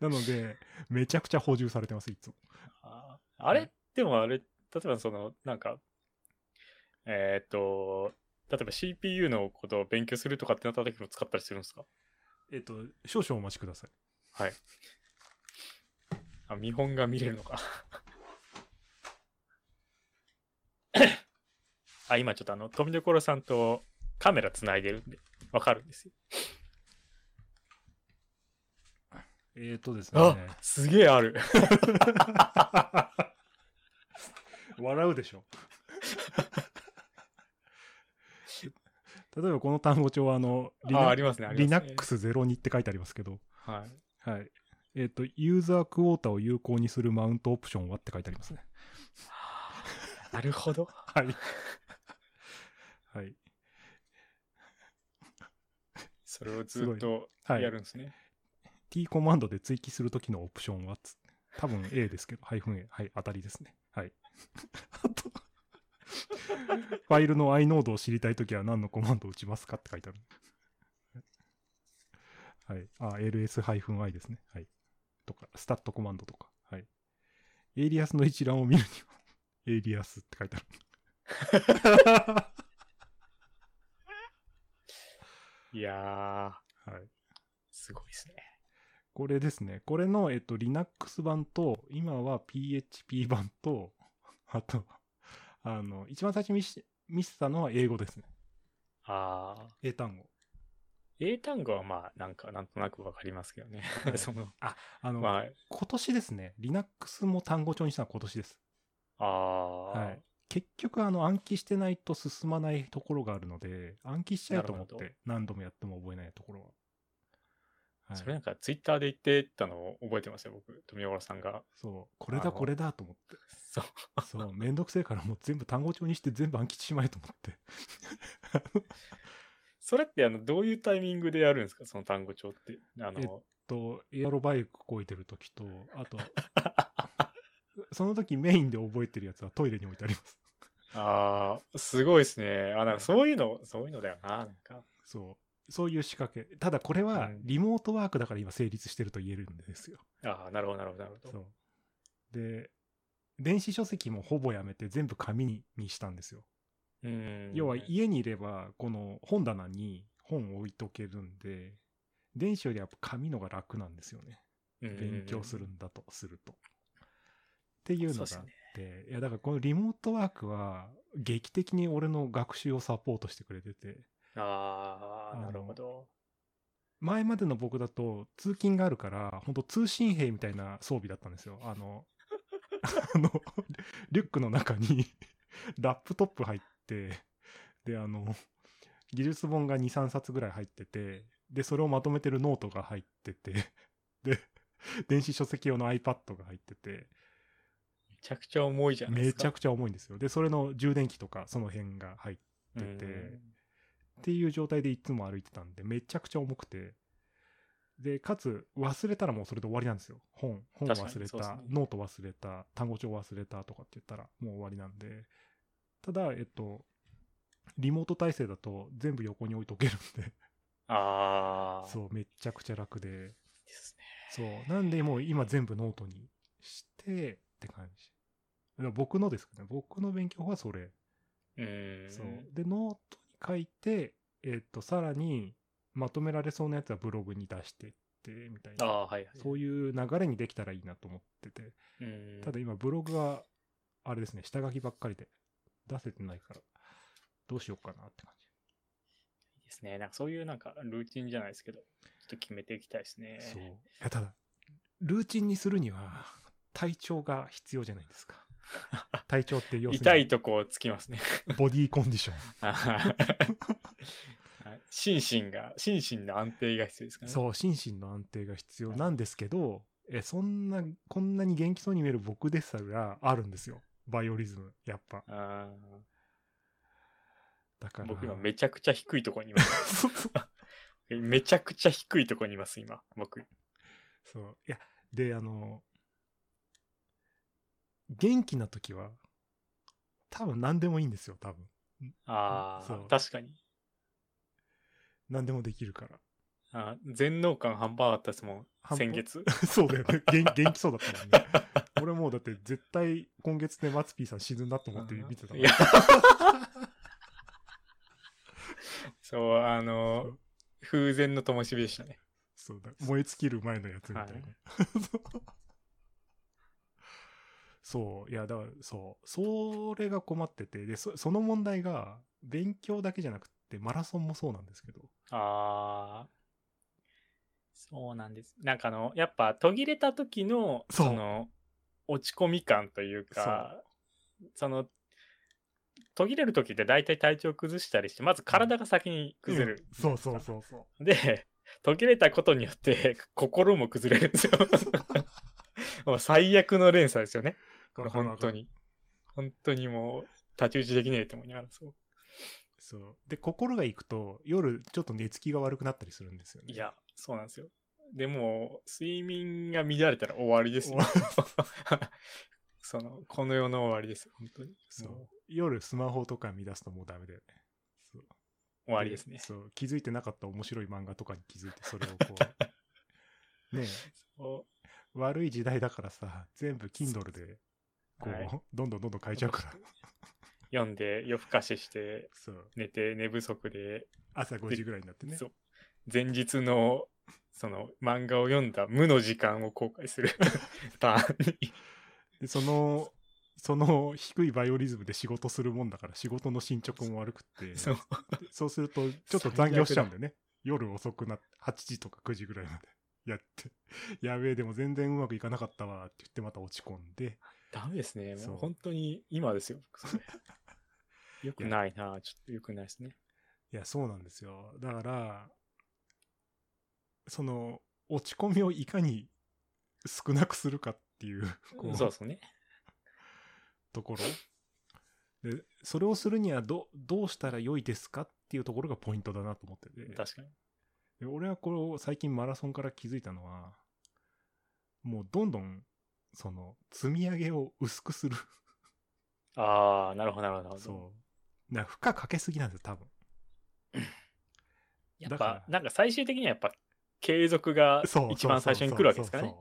S2: なので、めちゃくちゃ補充されてます、いつも。
S3: あーあ
S2: う
S3: れ、でもあれ、例えばその、なんか、えーっと、例えば CPU のことを勉強するとかってなった時も使ったりするんですか
S2: えっと、少々お待ちください。
S3: はい。あ、見本が見れるのか。 (coughs) あ、今ちょっとあの、富所さんとカメラつないでるんで、わかるんですよ。
S2: えっ、とですね。
S3: あ、すげえある。
S2: 笑うでしょ。 (laughs) 例えばこの単語帳はあの、リ
S3: あ、
S2: ナ
S3: ありますね、あり
S2: リ
S3: ま
S2: ナ
S3: すね
S2: ッ。クス02って書いてありますけど、
S3: はい。
S2: はい。えっ、と、ユーザークォーターを有効にするマウントオプションはって書いてありますね。
S3: なるほど。
S2: はい。はい。
S3: それを
S2: す
S3: ず
S2: ごい
S3: っと
S2: はい
S3: やるんですね。
S2: T コマンドで追記するときのオプションはつって多分 A ですけど、 (laughs) ハイフン A。はい、当たりですね。はい。 (laughs) あと、ファイルの i ノードを知りたいときは何のコマンドを打ちますかって書いてある。はい。あ、ls-i ですね。はい。とか、スタットコマンドとか。はい。エイリアスの一覧を見るには、 (laughs) エイリアスって書いてある。
S3: いやー、
S2: はい。
S3: すごいですね。
S2: これですね。これの、えっと、Linux 版と、今は PHP 版と、 (laughs) あと、あの、一番最初に見し見せたのは英語ですね。
S3: ああ。
S2: 英単語。
S3: 英単語はまあ、なんか、なんとなくわかりますけどね
S2: は。い
S3: その、
S2: あの、
S3: ま
S2: 今年ですね。Linux も単語帳にしたのは今年です。
S3: あ、ああー、
S2: はい。結局、あの、暗記してないと進まないところがあるので、暗記しちゃうと思っ
S3: なる
S2: て、何度もやっても覚えないところは。
S3: それ
S2: は。
S3: ないんか、ツイッターで言ってたのを覚えてますよ、僕。富岡さんが。
S2: そう。これ
S3: あ
S2: だ、
S3: の
S2: これだと思って。
S3: そう。
S2: (laughs) そう、めんどくせえからもう全部単語帳にして全部暗記してしまえと思って。
S3: それって、あの、どういうタイミングでやるんですか、その単語帳って。あ
S2: えっ
S3: の、 (laughs)
S2: と、エアロバイクこいてる時と、あと、その時メインで覚えてるやつはトイレに置いてあります。
S3: ああ、すごいですね。あ、なんかそういうの、そういうのだよな、なんか。
S2: そう。そういう仕掛け。ただこれは
S3: うん
S2: リモートワークだから今成立してると言えるんですよ。
S3: ああ、なるほど、なるほど、なるほど。
S2: そう。で、電子書籍もほぼやめて全部紙ににしたんですよ。
S3: うん。
S2: 要は家にいればこの本棚に本を置いとけるんで、電子よりはやっぱ紙のが楽なんですよね。勉強するんだとすると。っていうのがあ
S3: そう
S2: って、いやだからこのリモートワークは劇的に俺の学習をサポートしてくれてて、
S3: うん。ああ、なるほど。
S2: 前までの僕だと通勤があるから、本当通信兵みたいな装備だったんですよ。あの、あの、リュックの中にラップトップ入って、で、あの、技術本が2、3冊ぐらい入ってて、で、それをまとめてるノートが入ってて、で、電子書籍用の iPad が入ってて、
S3: めちゃくちゃ重いじゃないで
S2: め
S3: すか。
S2: ちゃくちゃ重いんですよ。で、それの充電器とか、その辺が入っ
S3: う
S2: て
S3: ん
S2: て、っていう状態でいつも歩いてたんで、めちゃくちゃ重くて、で、かつ、忘れたらもうそれで終わりなんですよ。本、本
S3: 確かに
S2: 忘れ
S3: そうです
S2: た、
S3: ね
S2: ノート忘れた、単語帳忘れたとかって言ったらもう終わりなんで、ただ、えっと、リモート体制だと全部横に置いとけるんで、
S3: ああ、う
S2: そう、めちゃくちゃ楽で、
S3: ですね。
S2: そう。なんで、もう今全部ノートにして、って感じ。だから僕のですかね。僕の勉強法はそれ。
S3: うん。
S2: そう。で、ノートに書いて、えっと、さらに、まとめられそうなやつはブログに出してって、みたい
S3: あ
S2: な。
S3: あ、はいはい。
S2: そういう流れにできたらいいなと思ってて。
S3: うん
S2: ただ今、ブログは、あれですね、下書きばっかりで出せてないから、どうしようかなって感
S3: ですね。なんかそういうなんかルーティンじゃないですけど、ちょっと決めていきたいですね
S2: じ。。そう。い
S3: (laughs)
S2: や、ただ、ルーチンにするには、体調が必要じゃないですか。体調って要するに
S3: 痛いとこをつきますね。 (laughs)
S2: ボディコンディション。
S3: あはははい心身が、心身の安定が必要ですからね。
S2: そう、心身の安定が必要なんですけど、え、そんな、こんなに元気そうに見える僕ですらあるんですよ。バイオリズム、やっぱ。
S3: あ
S2: だか
S3: ー
S2: ら。
S3: 僕今めちゃくちゃ低いとこにいます。
S2: (laughs) そう
S3: めちゃくちゃ低いとこにいます、今、僕。
S2: そう。いや、で、あの、元気な時は、多分何でもいいんですよ、多分。
S3: あ
S2: そ
S3: あ
S2: う、
S3: 確かに。
S2: 何でもできるから。 (laughs)
S3: あー全能感半端だったですもん、
S2: 半端
S3: 先月。
S2: そうだよね。元元気そうだったもんね。俺もうだって絶対今月でマツピーさん死ぬなと思って見てたもん
S3: いや (laughs) そう、あの
S2: そ
S3: ー
S2: う、
S3: 風前の灯火でしたね。
S2: そうだ。燃え尽きる前のやつみたいな。
S3: はい
S2: (laughs) そう。いや、だから、そう。それが困ってて、で、そその問題が、勉強だけじゃなくて、マラソンもそうなんですけど。
S3: ああ。そうなんです。なんかあの、やっぱ途切れた時の、
S2: そう
S3: その、落ち込み感というか、その、途切れる時って大体体調崩したりして、まず体が先に崩れる。
S2: うんそうそうそうそう。
S3: で、途切れたことによって心も崩れるん
S2: (laughs)
S3: ですよ。もう最悪の連鎖ですよね。これ本当。に。本当にもう、太刀打ちできねえと思いながら、そう。
S2: そう。で、心が行くと、夜、ちょっと寝つきが悪くなったりするんですよね。
S3: いや、そうなんですよ。でも、睡眠が乱れたら終わりですよ。 (laughs) その、この世の終わりですよ。本当に。
S2: そう
S3: もう。
S2: 夜、スマホとか見出すともうダメだよね。そう
S3: 終わりですね。
S2: そう。気づいてなかった面白い漫画とかに気づいて、それを
S3: (laughs)
S2: こう。ねえ
S3: そ
S2: 悪い時代だからさ、全部 Kindle で、こう、
S3: はい
S2: (laughs) どんどんどんどん変えちゃう
S3: (laughs)
S2: から。
S3: う読んで、夜更かしして、
S2: そう。
S3: 寝て、寝不足で、
S2: 朝5時ぐらいになってね。
S3: そう。前日の、その、漫画を読んだ無の時間を後悔
S2: (laughs)
S3: するパターンに。
S2: で、その、その低いバイオリズムで仕事するもんだから、仕事の進捗も悪くって、
S3: (laughs) そう。
S2: でそうすると、ちょっと残業しちゃうんだよね。夜遅くなって、8時とか9時ぐらいまでやって、 (laughs) やべえ、でも全然うまくいかなかったわって言ってまた落ち込んで、
S3: ダメですね。
S2: そ
S3: も
S2: う
S3: う本当に今ですよ。僕それよくないなちょっとよくないですね。
S2: いや、そうなんですよ。だから、その、落ち込みをいかに少なくするかっていう、こう、
S3: そうですね。
S2: ところ。で、それをするにはど、どうしたら良いですかっていうところがポイントだなと思ってて。
S3: 確かに。
S2: で俺はこれを最近マラソンから気づいたのは、もうどんどん、その積み上げを薄くする
S3: ああ、なるほど、なるほど。
S2: そうだから負荷かけすぎなんですよ多分
S3: や
S2: だ
S3: っ
S2: から
S3: ぱ、なんか最終的にはやっぱ、継続が
S2: そう
S3: 一番最初に来るわけですかね。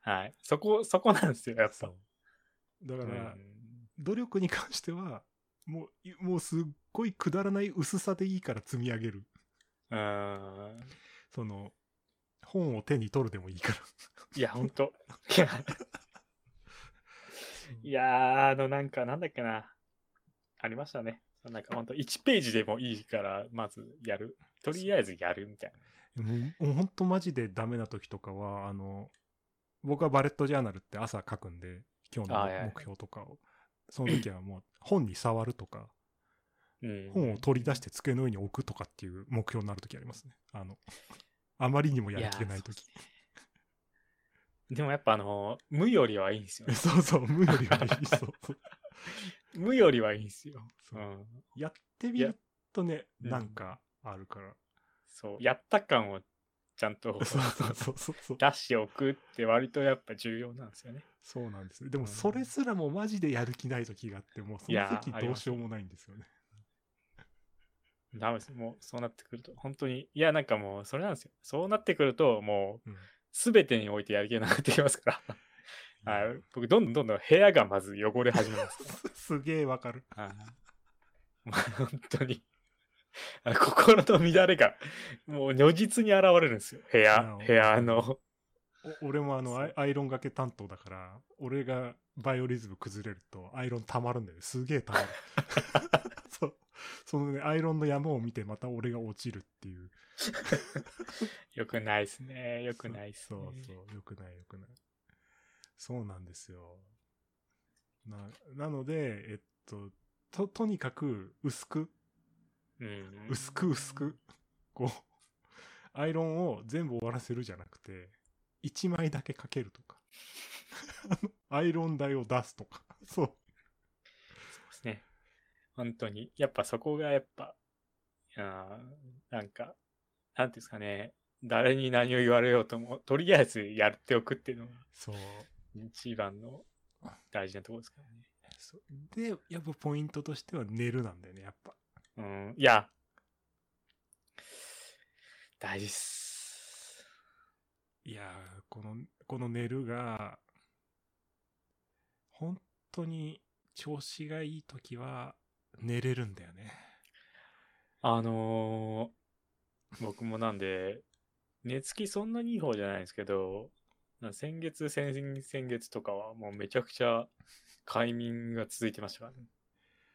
S3: はい。そこ、そこなんですよ、やっ
S2: そ
S3: ぱ
S2: う。そうだ
S3: う
S2: から
S3: ん
S2: 努力に関してはもうもうすっごいくだらない薄さでいいから積み上げる
S3: うーん。
S2: その本を手に取るでもいいから
S3: いや、ほ
S2: (laughs)
S3: んと。いや、いやーあの、なんか、なんだっけな。ありましたね。なんか、ほんと、1ページでもいいから、まずやる。とりあえずやるみたい
S2: もうもうほんとマジでダメな時とかは、あの、僕はバレットジャーナルって朝書くんで、今日の
S3: はいはい
S2: 目標とかを。その時はもう (clears throat) 本に触るとか、
S3: な。うん。
S2: 本を取り出して机の上に置くとかっていう目標になる時ありますね。あの、あまりにもやりきれない時。
S3: でもやっぱ、あの、無よりはいいんですよね。
S2: そうそう、無よりはい
S3: (laughs)
S2: い。そうそう
S3: 無よりはいいんですよ。。
S2: そううんやってみるとね、
S3: いや
S2: なんかあるから。
S3: そう。やった感をちゃんと
S2: (laughs) そうそうそうそうそう。
S3: 出しておくって割とやっぱ重要なんですよね。
S2: そうなんですよ。でもそれすらもマジでやる気ない時があって、もうそ
S3: い
S2: の
S3: やー
S2: 時
S3: あり
S2: どう
S3: ま
S2: し
S3: す
S2: ようもないんですよね。
S3: ダメです。もうそうなってくると、本当に、いや、なんかもうそれなんですよ。そうなってくると、もう
S2: うん
S3: すべてにおいてやる気がなくなってきますから。はい。僕、どんどんどんどん部屋がまず汚れ始め
S2: (laughs)
S3: ます。
S2: すげえわかる。
S3: はい。まあ、本当に。あ心の乱れが、もう如実に現れるんですよ。
S2: な
S3: 部
S2: る
S3: 屋
S2: ほ、ど
S3: 部屋の。
S2: お俺もあの
S3: そう
S2: アイアイロンがけ担当だから俺がバイオリズム崩れるとアイロン溜まるんだよねすげえ溜ま
S3: (laughs)
S2: る (laughs) そうそのねアイロンの山を見てまた俺が落ちるっていう
S3: よくないですね。よくないっす
S2: そ
S3: ね。
S2: うそうよくないよくないそうなんですよななのでえっとととにかく薄く
S3: うん。
S2: 薄く薄くこうアイロンを全部終わらせるじゃなくて1枚だけかけるとか (laughs) あのアイロン台を出すとか (laughs) そう
S3: そうですね。本当に。やっぱそこがやっぱ、あーなんか、なんていうんですかね、誰に何を言われようとも、とりあえずやっておくっていうのが
S2: そう
S3: 一番の大事なところですからね。
S2: そうでやっぱポイントとしては寝るなんだよねやっぱ
S3: うん、いや、大事っす。
S2: いやーこのこの寝るが本当に調子がいい時は寝れるんだよね
S3: あのー僕もなんで、寝つきそんなにいい方じゃないんですけど、な先月、先々先月とかはもうめちゃくちゃ快眠が続いてましたからね。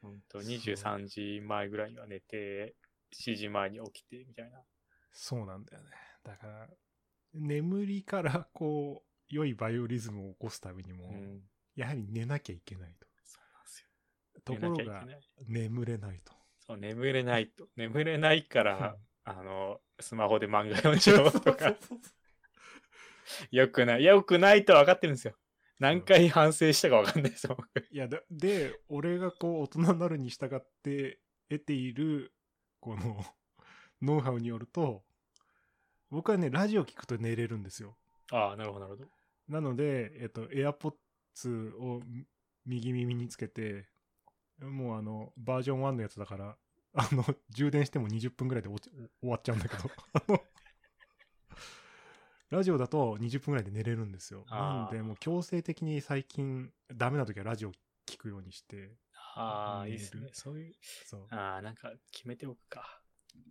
S3: 本当
S2: そう
S3: 23時前ぐらいには寝て、7時前に起きてみたいな。
S2: そうなんだよね。だから、眠りからこう、良いバイオリズムを起こすためにも、
S3: うん。そうなんで
S2: やはり寝なきゃいけない
S3: すよ。
S2: と。と
S3: 寝
S2: こ
S3: な
S2: ろ
S3: きゃいけ
S2: が
S3: な、い
S2: 眠れないと。
S3: そう、眠れないと。眠れないから、あの、スマホで漫画読んじ
S2: そ
S3: ゃお
S2: う
S3: うとか。よくない。よくないとは分かってるんですよ。何回反省したか分かんないですよ。僕
S2: いやで、で、俺がこう、大人になるに従って得ている、この、ノウハウによると、僕はね、ラジオ聞くと寝れるんですよ。
S3: ああ、なるほど、なるほど。
S2: なので、えっと、AirPods を右耳につけて、もうあの、バージョン1のやつだから、あの、充電しても20分ぐらいで落ち終わっちゃうんだ
S3: (laughs)
S2: けど、あのラジオだと20分ぐらいで寝れるんですよ。な
S3: あ
S2: ん
S3: ー
S2: で、もう強制的に最近、ダメな時はラジオ聞くようにして、
S3: ああ、
S2: 寝
S3: い
S2: れ
S3: い
S2: る
S3: ですね。そういう、
S2: そう。
S3: ああ、なんか決めておく
S2: (laughs)
S3: か。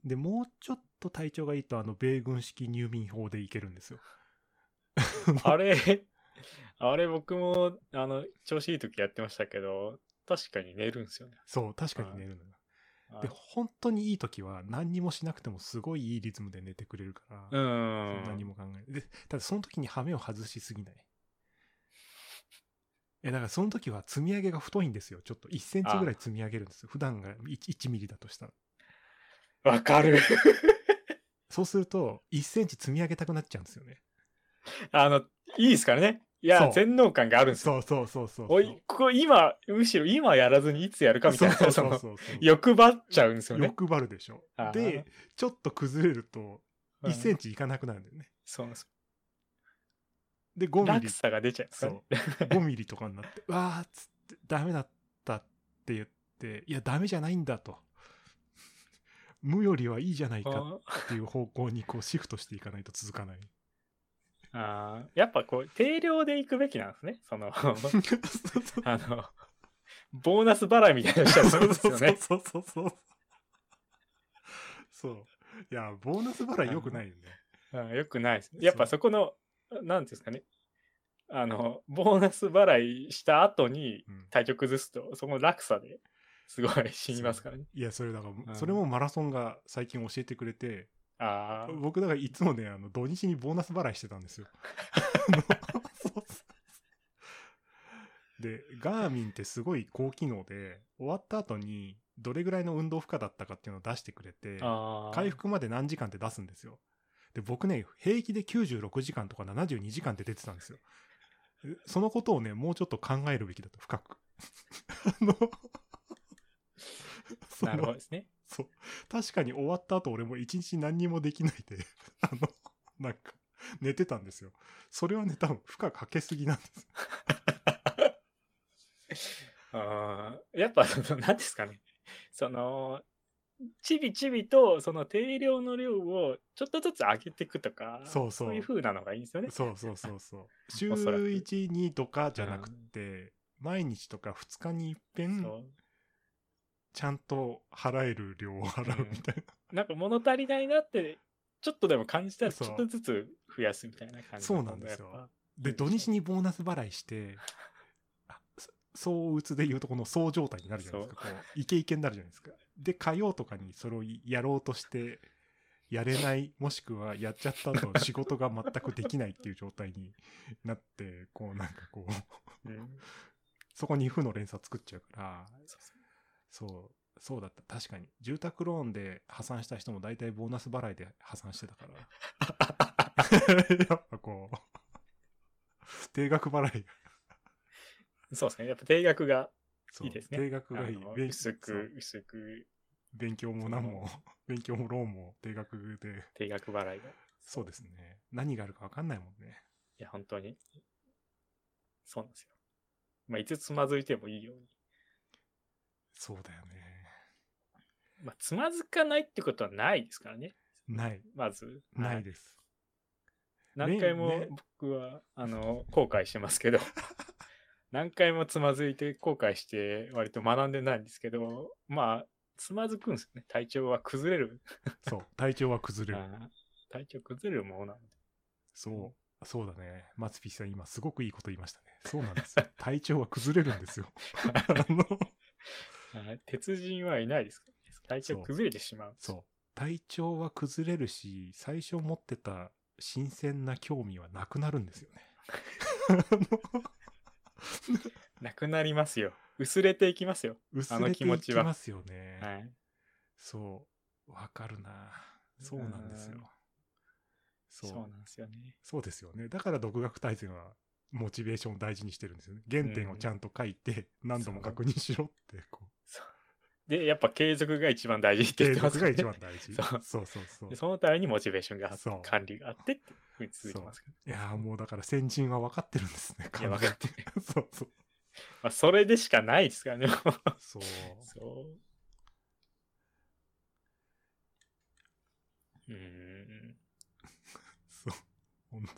S2: で、もうちょっと体調がいいと、あの、米軍式入眠法でいけるんですよ。
S3: あれ、あれ僕も、あの、調子いい時やってましたけど、確かに寝るんですよね。
S2: そう、確かに寝るのよ。
S3: あ
S2: で、本当にいい時は何にもしなくてもすごいいいリズムで寝てくれるから、
S3: う
S2: 何
S3: ん。
S2: も考えない。で、ただその時に羽目を外しすぎない。え、だからその時は積み上げが太いんですよ。ちょっと1センチぐらい積み上げるんですよ。普段が 1, 1ミリだとしたら。
S3: わかる。 (laughs)
S2: そうすると、1センチ積み上げたくなっちゃうんですよね。
S3: あの、いいですからね。い
S2: そう
S3: や、全能感があるんですよ。
S2: そうそうそうそうそう。
S3: おい、ここ今、むしろ今やらずにいつやるかみたいな、
S2: そう
S3: そ
S2: そうそう
S3: の、
S2: そうそう。
S3: 欲張っちゃうんですよね。
S2: 欲張るでしょ
S3: あ。ー
S2: で、ちょっと崩れると、1セ
S3: う
S2: ン
S3: ん
S2: チいかなくなるんだよね。
S3: そうなんです
S2: で、5ミ
S3: 落
S2: リ、
S3: 差が出ちゃいます
S2: そ
S3: か
S2: う
S3: ね。、
S2: 5ミリとかになって、 (laughs) わーっつって、ダメだったって言って、いや、ダメじゃないんだと。無よりはいいじゃないか
S3: こう
S2: っていう方向にこうシフトしていかないと続かない。
S3: あーやっぱこう、定量で行くべきなんですね。その、あの、ボーナス払いみたいなのしちゃダメですよね。
S2: そうそうそうそう。そう。いや、ボーナス払い良くないよね。
S3: よくないです。やっぱそこの、なんていうんですかね。あの、ボーナス払いした後に
S2: うん
S3: 体調崩すと、その落差ですごい死にますからね。
S2: いや、それだか
S3: う
S2: ら、
S3: ん
S2: それもマラソンが最近教えてくれて、
S3: ああ、
S2: 僕だからいつもね、あの土日にボーナス払いしてたんですよ。そうそうそうで、ガーミンってすごい高機能で、終わった後にどれぐらいの運動負荷だったかっていうのを出してくれて、
S3: あー
S2: 回復まで何時間って出すんですよ。で、僕ね、平気で96時間とか72時間って出てたんですよ。えそのことをね、もうちょっと考えるべきだと、深く。 (laughs) あの、そ
S3: (laughs) なるほど
S2: の、
S3: ですね。
S2: そう。確かに終わった後、俺も一日何にもできないで、 (laughs) あの、なんか、寝てたんですよ。それはね、多分、負荷かけすぎなんで
S3: (laughs)
S2: す。
S3: あーやっぱ、その、なんですかね。その、ちびちびと、その定量の量をちょっとずつ上げていくとか、
S2: そうそう
S3: いう風なのがいいんですよね。
S2: そうそうそうそう。週
S3: おそらく
S2: 1、2とかじゃなくて、毎日とか2日に一遍、
S3: そう
S2: ちゃんと払える量を払うみたいな。
S3: なんか物足りないなって、ちょっとでも感じたら、ち
S2: そう
S3: ょっとずつ増やすみたいな感じ
S2: そうなんですよ
S3: やっぱ
S2: で、土日にボーナス払いして、あそそううつでいうとこのそう状態になるじゃないですか。こう、イケイケになるじゃないですか。で、火曜とかにそれをやろうとして、やれない、 (laughs) もしくはやっちゃった後、仕事が全くできないっていう状態になって、こうなんかこう、
S3: うん
S2: そこに負の連鎖作っちゃうから、
S3: そうそう
S2: そう、そうだった。確かに。住宅ローンで破産した人も大体ボーナス払いで破産してたから。 (laughs) やっぱこう、定額払い。
S3: そうですね。やっぱ定額が
S2: そう
S3: いいですね
S2: 定額がいい
S3: あの。
S2: 勉
S3: 薄
S2: そう
S3: く、薄く
S2: 勉強も何も、 (laughs) 勉強もローンも定額で。
S3: 定額払いが。い
S2: そうですね。何があるかわかんないもんね。
S3: や、本当に。そうなんですよ。まあ、いつつまずいてもいいように。
S2: そうだよね。
S3: まあ、つまずかないってことはないですからね。
S2: ない。
S3: まず。
S2: な
S3: はいい
S2: です。
S3: 何回も
S2: ねね
S3: 僕は、あの、後悔してます
S2: (laughs)
S3: けど。何回もつまずいて後悔して割と学んでないんですけど、まあ、つまずくんですよね。体調は崩れる。
S2: そう。体調は崩れる。
S3: あー体調崩れるものなので。
S2: そう。そうだね。マツピさん、今すごくいいこと言いましたね。そうなんですよ。体調は崩れるんです
S3: (laughs)
S2: よ。あの、
S3: はい鉄人はいないですからね。体調崩れてしまう。
S2: そう。体調は崩れるし、最初持ってた新鮮な興味はなくなるんですよね。
S3: なくなりますよ。薄れていきますよ。
S2: 薄
S3: あの
S2: れて
S3: 気
S2: い
S3: 持ち
S2: き
S3: は
S2: ますよね。
S3: はい。
S2: そう。わかるなそうなんですよ
S3: うん。
S2: そ
S3: そう
S2: う。
S3: なんですよね。
S2: そうですよね。だから独学大全は、モチベーションを大事にしてるんですよね。原点をちゃんと書いて、何度も確認しろって、こう。
S3: そうで、やっぱ継続が一番大事って言
S2: 継
S3: ってま
S2: 続
S3: す
S2: が
S3: からね
S2: 一番大事。
S3: そう
S2: そうそうそう
S3: (laughs) で。そのためにモチベーションがあって
S2: そう、
S3: 管理があってっていうふうに続きますか
S2: いやーもうだから先人は分かってるんですね。
S3: ら。いや、分かってる。
S2: る。 (laughs) そうそう。
S3: まあ、それでしかないですからね。もう
S2: そう。
S3: そう。うーん。
S2: そう。ほんと。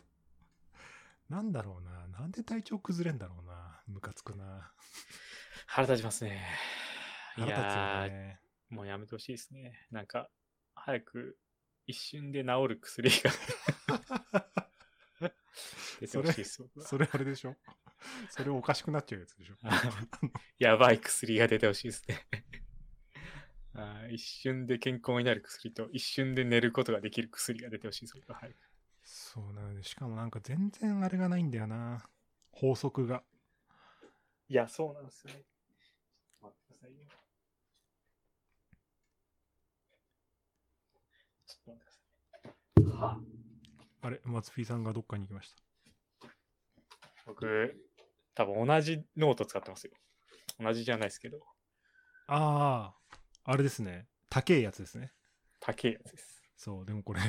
S2: なんだろうな。なんで体調崩れんだろうな。ムカつくな。
S3: 腹立ちますね。
S2: 腹立つ
S3: いや
S2: よ
S3: ー
S2: ね。
S3: もうやめてほしいですね。なんか、早く一瞬で治る薬が出てほしいです、
S2: (laughs)
S3: 僕は
S2: それあれでしょそれおかしくなっちゃうやつで
S3: (laughs)
S2: しょ
S3: やばい薬が出てほしいですね。 (laughs) あー一瞬で健康になる薬と一瞬で寝ることができる薬が出てほしいです。僕ははい、
S2: そうなので、しかもなんか全然あれがないんだよな。法則が。
S3: いや、そうなんですよね。待ってくださいよ。ちょっと待ってくださいね。は
S2: あれ、松ピーさんがどっかに行きました。
S3: 僕、多分同じノート使ってますよ。同じじゃないですけど、
S2: ああ、あれですね。高えやつですね。
S3: 高いやつです。
S2: そう、でもこれ、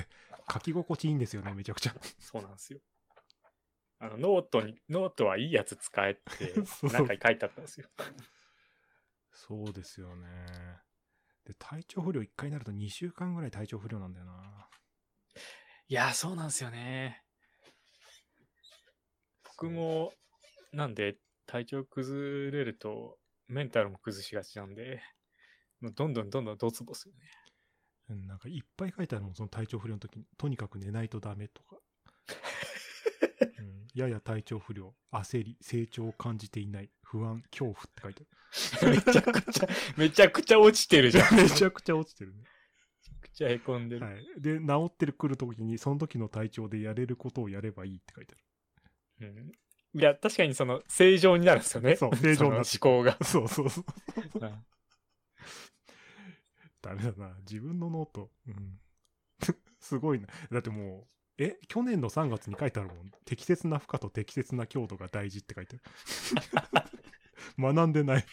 S2: 書き心地いいんですよね、めちゃくちゃ。
S3: そうなんですよ。あのノートに、ノートはいいやつ使えって (laughs)
S2: そう、
S3: なんか書いてあったんですよ。
S2: そうですよね。で、体調不良1回になると2週間ぐらい体調不良なんだよな。
S3: いや、そうなんですよね。僕も、なんで、体調崩れると、メンタルも崩しがちなんで、もうどんどんどんどんドツボっすよね。
S2: うん、なんかいっぱい書いてあるもん、その体調不良の時に。とにかく寝ないとダメ (laughs) とか。うん、やや体調不良、焦り、成長を感じていない、不安、恐怖って書いて
S3: (laughs) めちゃくちゃ、めちゃくちゃ落ちてるじゃん。
S2: あ (laughs) る。めちゃくちゃ落ちてるね。
S3: めちゃへこんでる。
S2: はい。で、治ってくる時に、その時の体調でやれることをやればいいって書いて
S3: うんいや、確かにその、正常になるんですよ
S2: あ
S3: ね。
S2: る。そう、正常にな
S3: の思
S2: ってくる
S3: 考が。。
S2: そうそうそう。
S3: うん
S2: ダメだな。自分のノート。うん。 (laughs) すごいな。だってもう、え、去年の3月に書いてあるもん。適切な負荷と適切な強度が大事って書いてある。 (laughs) 学んでない。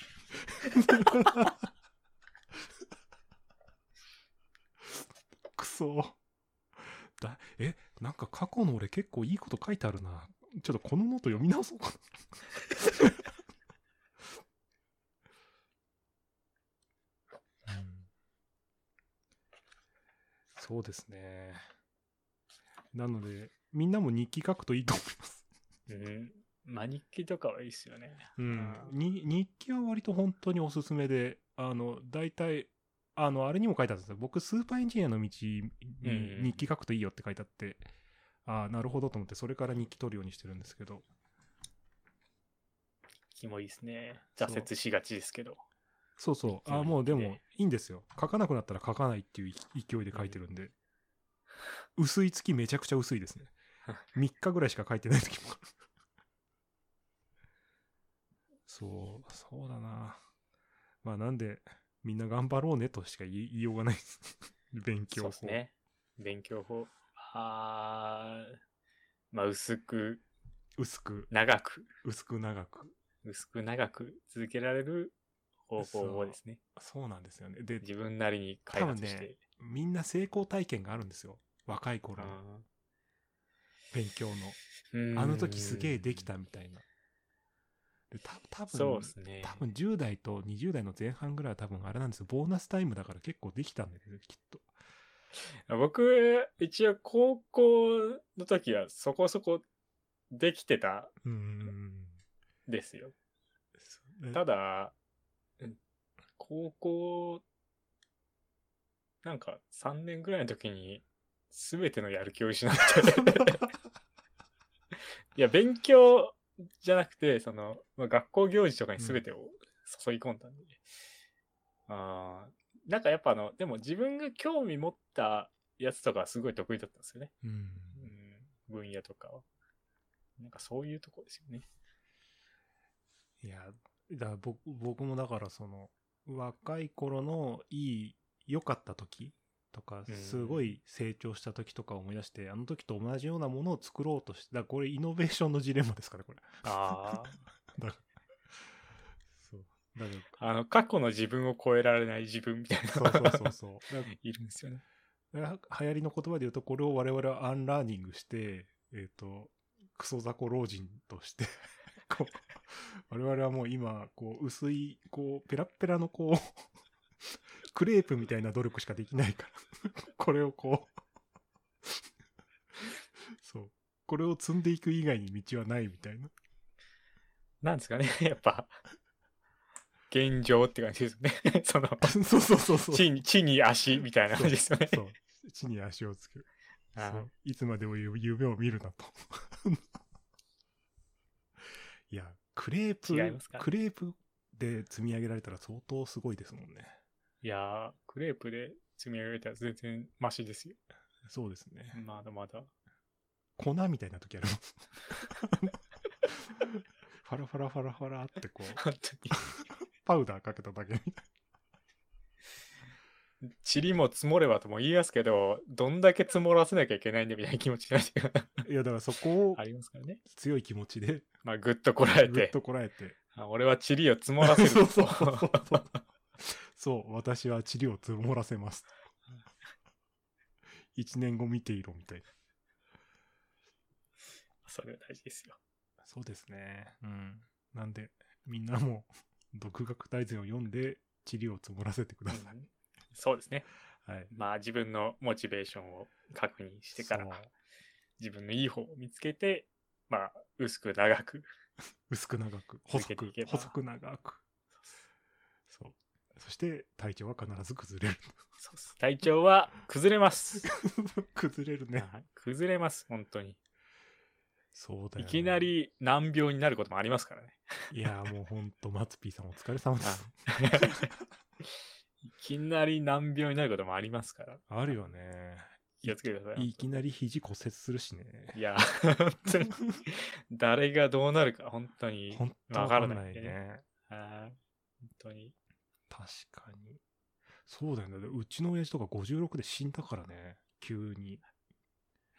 S2: (laughs) くそ。だえ、なんか過去の俺結構いいこと書いてあるな。ちょっとこのノート読み直そうかな。うんそうですね。なので、みんなも日記書くといいと思い
S3: (laughs)
S2: ます。
S3: うん。まあ、日記とかはいいっすよね。
S2: うん
S3: あ、ー
S2: に日記は割と本当におすすめで、あの、大体、あの、あれにも書いてあったんですよ。僕、スーパーエンジニアの道に
S3: うん
S2: 日記書くといいよって書いてあって、ああ、なるほどと思って、それから日記取るようにしてるんですけど、
S3: 日記もいいですね。
S2: そう
S3: 挫折しがちですけど。
S2: そうそう、ああ、
S3: 日記
S2: もうで
S3: 日
S2: も
S3: 記
S2: いいんですよ。書かなくなったら書かないっていう勢いで書いてるんで、薄い月めちゃくちゃ薄いです
S3: (laughs)
S2: ね。3日ぐらいしか書いてない時もある。そう、そうだな。まあなんで、みんな頑張ろうねとしか言い言いようがないです。勉強
S3: そ
S2: 法
S3: うですね。勉強法。あーまあ、薄く、
S2: 薄く、
S3: 長く、
S2: 薄く長く。
S3: 薄く長く続けられる方法をですね、
S2: そうなんですよね。で、
S3: 自分なりに開発して。
S2: みんな成功体験があるんですよ。若い頃の
S3: あ
S2: 勉強の。
S3: ー
S2: あの時すげえできた
S3: う
S2: みたいな。でた多
S3: ーんそう
S2: 分
S3: ですね。
S2: 多分10代と20代の前半ぐらいは多分あれなんですよ。ボーナスタイムだから結構できたんですよ、きっと。
S3: 僕、一応高校の時はそこそこできてた
S2: うーん。
S3: んですよ。
S2: そう
S3: ただ、うん高校、なんか3年ぐらいの時に、すべてのやる気を失って。いや、勉強じゃなくて、その、まあ、学校行事とかにすべてを注ぎ込んだんで。あーなんかやっぱあの、でも自分が興味持ったやつとかはすごい得意だったんですよね。
S2: うん。
S3: うん、分野とかは。なんかそういうとこですよね。
S2: いや、だから僕僕もだからその、若い頃のいい、良かった時とか
S3: う、ん
S2: すごい成長した時とかを思い出して、あの時と同じようなものを作ろうとして、だからこれイノベーションのジレンマですから、これ。
S3: ああ。
S2: だから。そう。だから (laughs)
S3: あの、過去の自分を超えられない自分みたいな。
S2: そうそう (laughs) そうそう。だか
S3: いるんですよね。
S2: ら流行りの言葉で言うと、これを我々はアンラーニングして、えっ、と、クソ雑魚老人として、 (laughs) こう、我々はもう今、こう、薄い、こう、ペラッペラのこう、クレープみたいな努力しかできないから、 (laughs) これをこう、そう。これを積んでいく以外に道はないみたいな。
S3: なんですかね、やっぱ、現状って感じですよね。 (laughs) その、
S2: そうそうそうそう。
S3: 地に、地に足みたいな感じですよね。
S2: そう。地に足をつける。
S3: (laughs) あー
S2: そういつまでもゆ夢を見るなと。 (laughs) いや、クレープ、
S3: 違いますか
S2: クレープで積み上げられたら相当すごいですもんね。
S3: いやー、クレープで積み上げたら全然マシですよ。
S2: そうですね。
S3: まだまだ。 (laughs)
S2: 粉みたいな時ある。 (laughs) ファラファラファラファラってこう、
S3: 本
S2: パウダーかけただけみたい
S3: 当に。塵も積もればとも言いますけど、どんだけ積もらせなきゃいけないんだみたいな気持
S2: (laughs)
S3: ちが
S2: な。いや、だからそこを
S3: ありますからね。
S2: 強い気持ちで、
S3: まあ、ぐっとこらえ、
S2: ぐってとこらえて。
S3: あ俺は塵を積もらせる。
S2: (laughs) そうそうそうそう。そう、私は治療を積もらせ
S3: (laughs)
S2: ます。一年後見ていろみたいな。
S3: (laughs) それは大事ですよ。
S2: そうですね。うん。なんで、みんなも、 (laughs) 独学大全を読んで、地理を積もらせてください。
S3: うんそうですね。
S2: はい。
S3: まあ自分のモチベーションを確認してから
S2: そう、
S3: 自分のいい方を見つけて、まあ薄く長く。
S2: 薄く長く、
S3: 続
S2: 細
S3: けて
S2: く
S3: いけ、ば
S2: 細く長く。そう。そして、体調は必ず崩れる。 (laughs)
S3: そうっす体調は崩れます。
S2: 崩れるね。
S3: はい崩れます、本当に。
S2: そうだよ、
S3: い
S2: ね。
S3: きな。り難病になることもありますからね。
S2: いや、もうほんと、マツピーさんお疲れ様です。
S3: いきなり難病になることもありますから、
S2: あるよね。
S3: 気をつけてください。
S2: いきなり肘骨折するしね。
S3: いや、本当に、誰がどうなるか、本当に
S2: ほんと
S3: わ
S2: わ
S3: か
S2: からら
S3: な
S2: ないい
S3: ね
S2: ね。
S3: はい本当に。
S2: 確かに。そうだよね。うちの親父とか56で死んだからね。急に。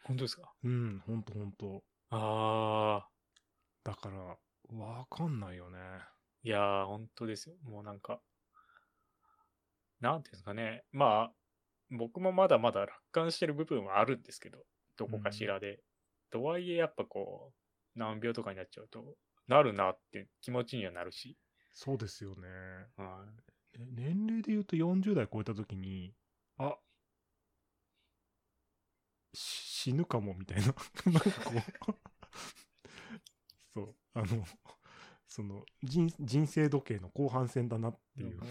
S3: 本当ですか
S2: うん、ほんとほんと。
S3: ああ、
S2: だから、わかんないよね。
S3: いやー、本当ですよ。もうなんか、なんていうんですかね。まあ、僕もまだまだ楽観してる部分はあるんですけど、どこかしらで。とはいえ、やっぱこう、難病とかになっちゃうと、なるなって気持ちにはなるし。
S2: そうですよね。
S3: はい
S2: ね年齢で言うと40代超えた時に、あ、し死ぬかもみたいな。 (laughs) なんかこう。 (laughs) そう。あの、その人、人生時計の後半戦だなっていう。
S3: うん (laughs)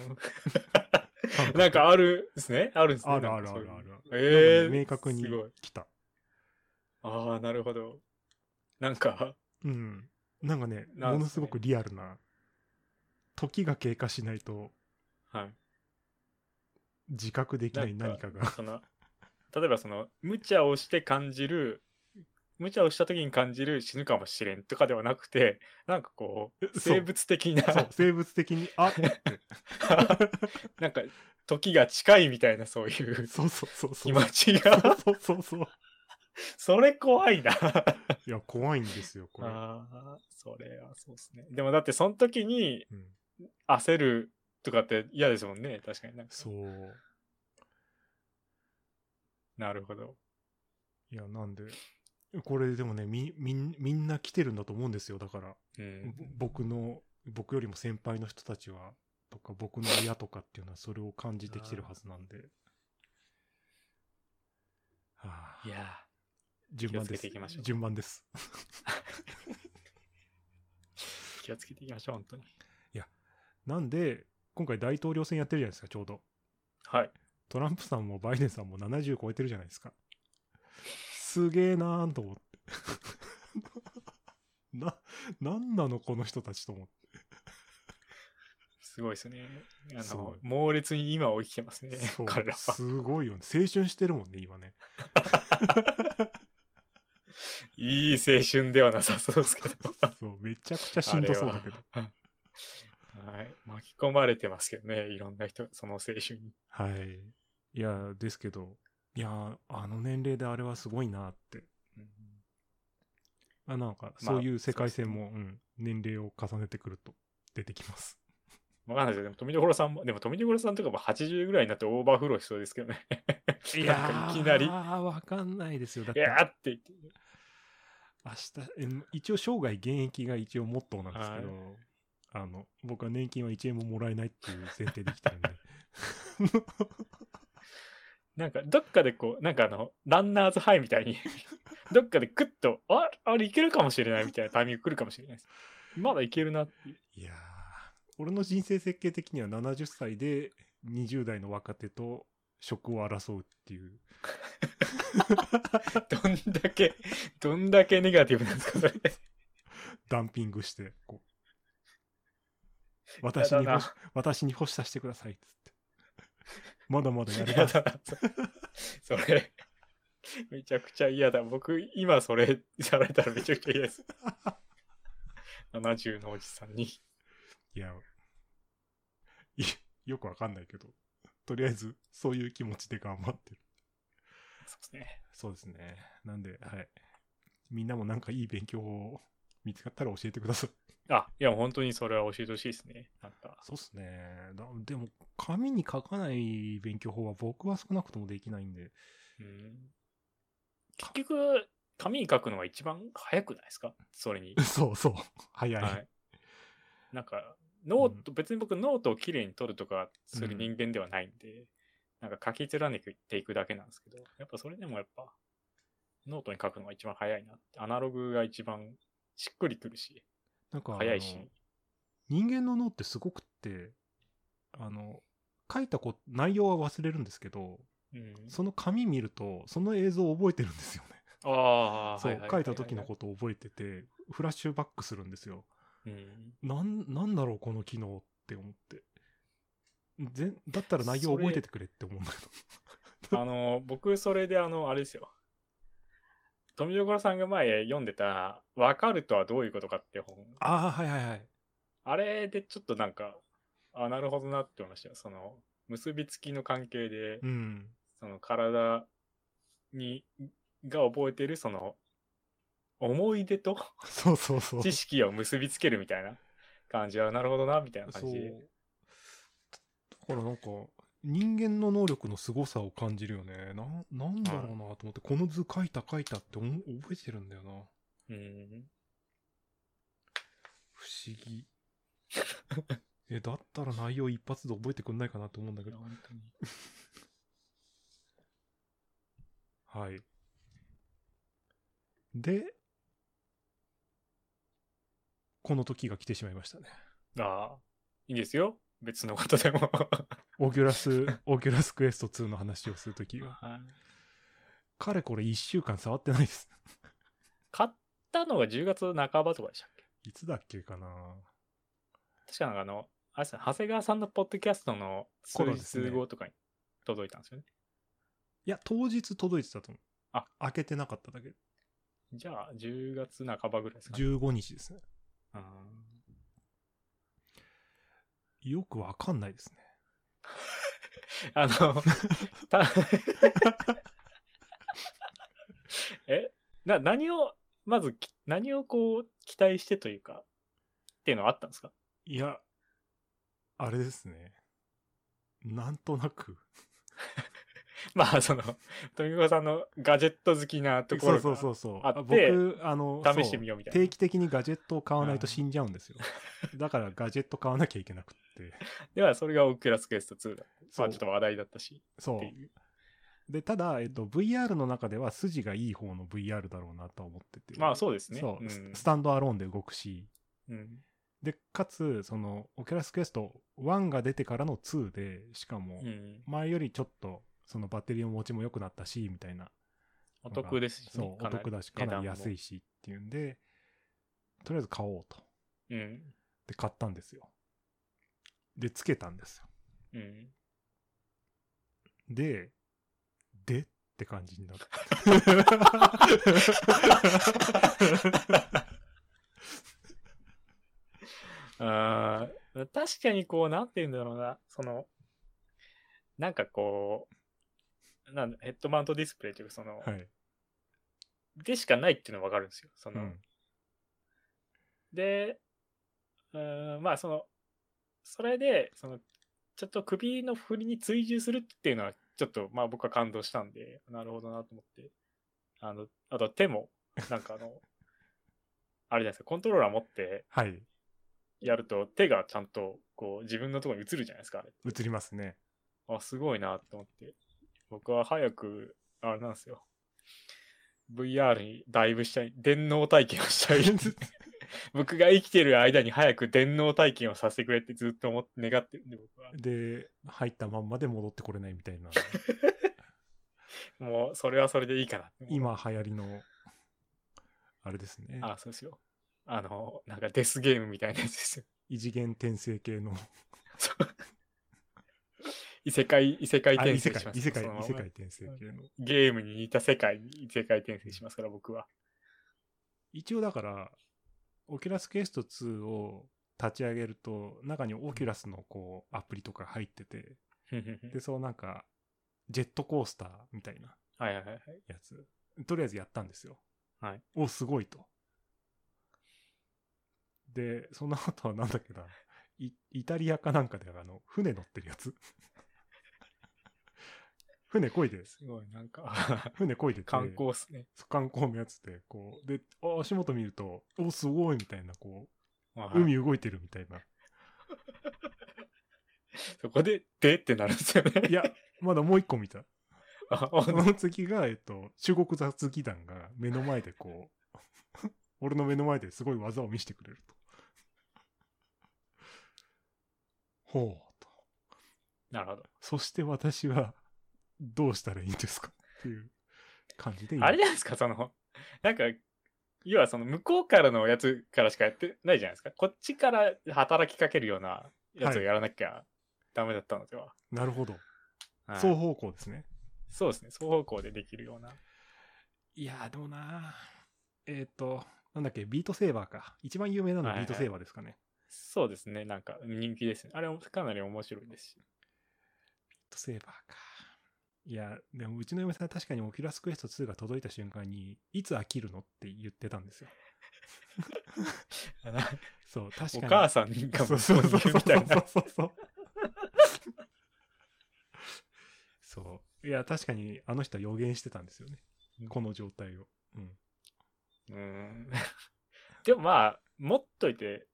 S3: なんかあるですね。あるんですね。
S2: あるあ
S3: なん
S2: る
S3: か
S2: あ
S3: そうい
S2: る
S3: う
S2: ある。なんか
S3: ええ
S2: ね明確に
S3: すごい。
S2: 来た。
S3: ああ、なるほど。なんか、 (laughs)
S2: うん。なんかね、
S3: な
S2: も
S3: んすね
S2: のすごくリアルな。時が経過しないと
S3: はい。
S2: 自覚できない何か
S3: (laughs)
S2: が。
S3: その、例えばその、無茶をして感じる、無茶をした時に感じる死ぬかもしれんとかではなくて、なんかこ
S2: え
S3: う、
S2: そう
S3: 生物 (laughs) 的な、
S2: そう、生物的に、あ
S3: なんか、時が近いみたいな、そういう
S2: そうそうそうそ
S3: 気
S2: う。
S3: 持ち
S2: (laughs)
S3: が、
S2: そうそうそう。
S3: それ怖いな。
S2: いや、怖いんですよ、これ。
S3: ああ、それはそうですね。でもだって、その時に、
S2: うん、
S3: 焦るとかって嫌ですもんね。確かになんか。
S2: そう。
S3: なるほど。
S2: いや、なんで、これでもね、み、みん、みんな来てるんだと思うんですよ、だから。
S3: うん。
S2: ぼ僕の、僕よりも先輩の人たちは、とか、僕の親とかっていうのは、それを感じてきてるはずなんで。はあ
S3: い、や
S2: 順番で
S3: 気をつけて
S2: す
S3: いきましょ。う
S2: 順番です。
S3: ー、気をつけていきましょう、本当に。
S2: なんで、今回大統領選やってるじゃないですか、ちょうど。
S3: はい。
S2: トランプさんもバイデンさんも70超えてるじゃないですか。すげえなーと思って。 (laughs) な、なんなのこの人たちと思っ
S3: すごいですね。あ
S2: すご
S3: の
S2: い、
S3: 猛烈に今を生きてます
S2: て。
S3: ね
S2: そ。う
S3: (laughs) 彼らは。
S2: すごいよね。青春してるもんね、
S3: (laughs)
S2: 今ね。
S3: いい青春ではなさそうですけど。
S2: そう、めちゃくちゃ (laughs) しんどそうだけど。
S3: あれは。はい。巻き込まれてますけどね。いろんな人が、その青春に。
S2: はい。いや、ですけど、いやー、あの年齢であれはすごいなーって。
S3: うん
S2: あなんか、
S3: まあ
S2: そういう世界線も、うん、年齢を重ねてくると出てきます。
S3: わかんないですよ。でも、富所さんも、でも、富所さんとかも80ぐらいになってオーバーフローしそうですけどね。
S2: い
S3: やーいきなり
S2: わかんないですよ。だっ
S3: い
S2: て、
S3: やーって言って。
S2: 明日えー一応生涯現役が一応モットーなんですけど、
S3: は
S2: あの僕は年金は1円ももらえないっていう前提できて
S3: (laughs)
S2: るんで
S3: なんか、どっかでこう、なんかあの、ランナーズハイみた (laughs) いに、どっかでクッと、ああれいけるかもしれないみたいなタイミング来るかもしれないです。まだいけるなっていう。
S2: いやー俺の人生設計的には70歳で20代の若手と職を争うっていう
S3: どんだ (laughs) け、どんだけネガティブなんですか、それ。
S2: ダンピングしてこう私に
S3: (laughs) や
S2: ほ
S3: だな
S2: し私に干しさせてくださいっつってまだまだやり
S3: (laughs) や
S2: ます
S3: だなそそれ、めちゃくちゃ嫌だ。僕、今それされたらめちゃくちゃ嫌 (laughs) です。70のおじさんに。
S2: いやいよくわかんないけどとりあえずそういう気持ちで頑張ってる
S3: そうですね。
S2: そうですね。なんで、はい。みんなもなんかいい勉強を見つかったら教えてください。
S3: あ、いや、本当にそれは教えてほしいですね。なんか、
S2: そうですね。だでも、紙に書かない勉強法は僕は少なくともできないんで。。
S3: うん結局、紙に書くのが一番早くないですかそれに
S2: そうそう。早い。
S3: はい。なんか、ノート、別に僕ノートをきれいに取るとかする人間ではないんで、なんか書き連ねていくだけなんですけど、やっぱそれでもやっぱ、ノートに書くのが一番早いなって。アナログが一番しっくりくるし、
S2: なんか、
S3: 早いし
S2: あの。人間の脳ってすごくって、あの、書いたこ内容は忘れるんですけど、
S3: うん。
S2: その紙見ると、その映像を覚えてるんですよね。
S3: ああ、
S2: そう、書いた時の
S3: こ
S2: ことを覚えてて、フラッシュバックするんですよ。
S3: と。うん。
S2: なん、なんだろう、この機能って思って。ぜんだったら内容
S3: それ
S2: 覚えててくれって思うんだけど。
S3: あの、僕、それで、あの、あれですよ。富所さんが前読んでた、わかるとはどういうことかって本。
S2: ああ、はいはいはい。
S3: あれでちょっとなんか、あ、なるほどなって思いましたよ。その、結びつきの関係で、
S2: うん。
S3: その体に、が覚えてる、その、思い出 (laughs) と
S2: そうそうそう。
S3: 知識を結びつけるみたいな感じは、なるほどな、みたいな
S2: そ
S3: 感
S2: う。
S3: じ。
S2: だからなんか、人間の能力の凄さを感じるよね。なん、なんだろうなと思って、この図書いた書いたって思覚えてるんだよな。
S3: うん。
S2: 不思 (laughs) 議。え、だったら内容一発で覚えてくんないかなと思うんだけ
S3: いや
S2: ど。
S3: 本当に。
S2: はい。で、この時が来てしまいましたね。
S3: ああ、いいんですよ。別のことでも。 (laughs)
S2: オキュラス、オキュラスクエスト2の話をするときは。
S3: はい
S2: かれこれ1週間触ってないです。
S3: 買ったのが10月半ばとかでしたっけ
S2: いつだっけかな
S3: 確かなんかあの、あれですね、長谷川さんのポッドキャストの数
S2: 頃ですね
S3: 日後とかに届いたんですよね。
S2: いや、当日届いてたと思う。
S3: あ、
S2: 開けてなかっただけ。
S3: じゃあ、10月半ばぐらいですかね。
S2: 15日ですね。
S3: うん
S2: よくわかんないですね。(laughs)
S3: あの、た (laughs) えな、何を、まずき、何をこう、期待してというか、っていうのはあったんですか (laughs)
S2: いや、あれですね。なんとなく。
S3: まあ、その、富岡さんのガジェット好きなところが
S2: そうそうそうそう
S3: あって
S2: 僕あの
S3: 試してみようみたいな
S2: そ定期的にガジェットを買わないと死んじゃうんですよだからガジェット買わなきゃいけなくって
S3: では、それがオキュラスクエスト2だ。ま
S2: そ
S3: あ、
S2: う
S3: ちょっと話題だったし、
S2: そ
S3: って
S2: う
S3: いう。
S2: でただ、えっと、VR の中では筋がいい方の VR だろうなとは思ってて
S3: まあ、そうですね。
S2: そう、
S3: ん
S2: ススタンドアローンで動くし
S3: うん
S2: でかつそのオキュラスクエスト1が出てからの2でしかも
S3: うん、
S2: 前よりちょっとそのバッテリーの持ちも良くなったしみたいな
S3: お得ですし、ね
S2: そ、うお得だしかなり安い
S3: し。
S2: しっていうんでとりあえず買おうと
S3: うん。
S2: で買ったんですよ。で、つけたんですよ。
S3: うん。
S2: で、でって感じに
S3: (laughs)
S2: なる。
S3: あー確かにこう、なんて言うんだろうな、その、なんかこう、なんだヘッドマウントディスプレイというか、その、
S2: はい。
S3: でしかないっていうのはわかるんですよ。そうの、
S2: ん。
S3: で、うーん、まあその、それで、その、ちょっと首の振りに追従するっていうのは、ちょっと、まあ僕は感動したんで、なるほどなと思って。あの、あと手も、なんかあの、 (laughs) あれじゃないですか、コントローラー持って
S2: はい。
S3: やると手がちゃんと、こう、自分のところに移るじゃないですか、あれ。
S2: 映りますね。
S3: あ、すごいなと思って。僕は早く、あれなんですよ。VR にダイブしたい。電脳体験を
S2: (laughs)
S3: したい。僕が生きてる間に早く電脳体験をさせてくれってずっと思って願ってるんで、僕は。
S2: で、入ったまんまで戻ってこれないみた
S3: (laughs)
S2: いな、
S3: もう、それはそれでいいかなって思う。
S2: 今流行りの、あれですね。
S3: あ、そうですよ。あの、なんかデスゲームみたいなやつですよ。
S2: 異次元転生系の、
S3: そう異世界、異世界
S2: あ
S3: 転
S2: 異
S3: 生
S2: 世
S3: し
S2: 界
S3: ま、す
S2: 異世界、
S3: その
S2: 異世界転生系の。
S3: ゲームに似た世界に異世界転生しますから、僕は。
S2: 一応だから、オキュラスクエスト2を立ち上げると、中にオキュラスのこう、アプリとか入ってて、で、そうなんか、ジェットコースターみたいな
S3: はいはいはい。
S2: やつ、とりあえずやったんですよ。
S3: はい。
S2: お、すごいと。で、その後はなんだっけな、
S3: (laughs)
S2: イイタリアかなんかであの、船乗ってるやつ。船こいで、
S3: すごい、な
S2: (laughs)
S3: んか、
S2: 船こいでて
S3: 観光っすね。
S2: 観光のやつって、こう、で、あ足元見ると、お、すごいみたいな、こ
S3: まあ
S2: う、海動いてるみたいな。
S3: そこで、でってなるんですよね。
S2: いや、まだもう一個見た。
S3: (laughs) あ、
S2: そ
S3: ほんと
S2: の次が、えっと、中国雑技団が目の前でこう、 (laughs) 俺の目の前ですごい技を見せてくれると。ほうと。
S3: なるほど。
S2: そして私は、どうしたらいいんですかっていう感じで今
S3: あれじゃないですか、その、なんか、要はその向こうからのやつからしかやってないじゃないですか。こっちから働きかけるようなやつをやらなきゃダメだったのでは。
S2: なるほど。
S3: はい
S2: 双方向ですね。
S3: そうですね。双方向でできるような。
S2: いやー、でもなーえっ、と、なんだっけ、ビートセーバーか。一番有名なのはビートセーバーですかね。
S3: そうですね。なんか人気ですね。あれもかなり面白いですし。
S2: ビートセーバーか。いや、でもうちの嫁さんは確かにオキュラスクエスト2が届いた瞬間に、いつ飽きるのって言ってたんですよ。
S3: あな
S2: そう、確か
S3: お
S2: に。
S3: 母さんが
S2: そう
S3: も
S2: そうそう
S3: う
S2: そう
S3: (laughs) みたい
S2: そう
S3: な。
S2: そうそう。そう。いや、確かにあの人は予言してたんですよね。この状態を。うん。
S3: うーんでもまあ、持っといて、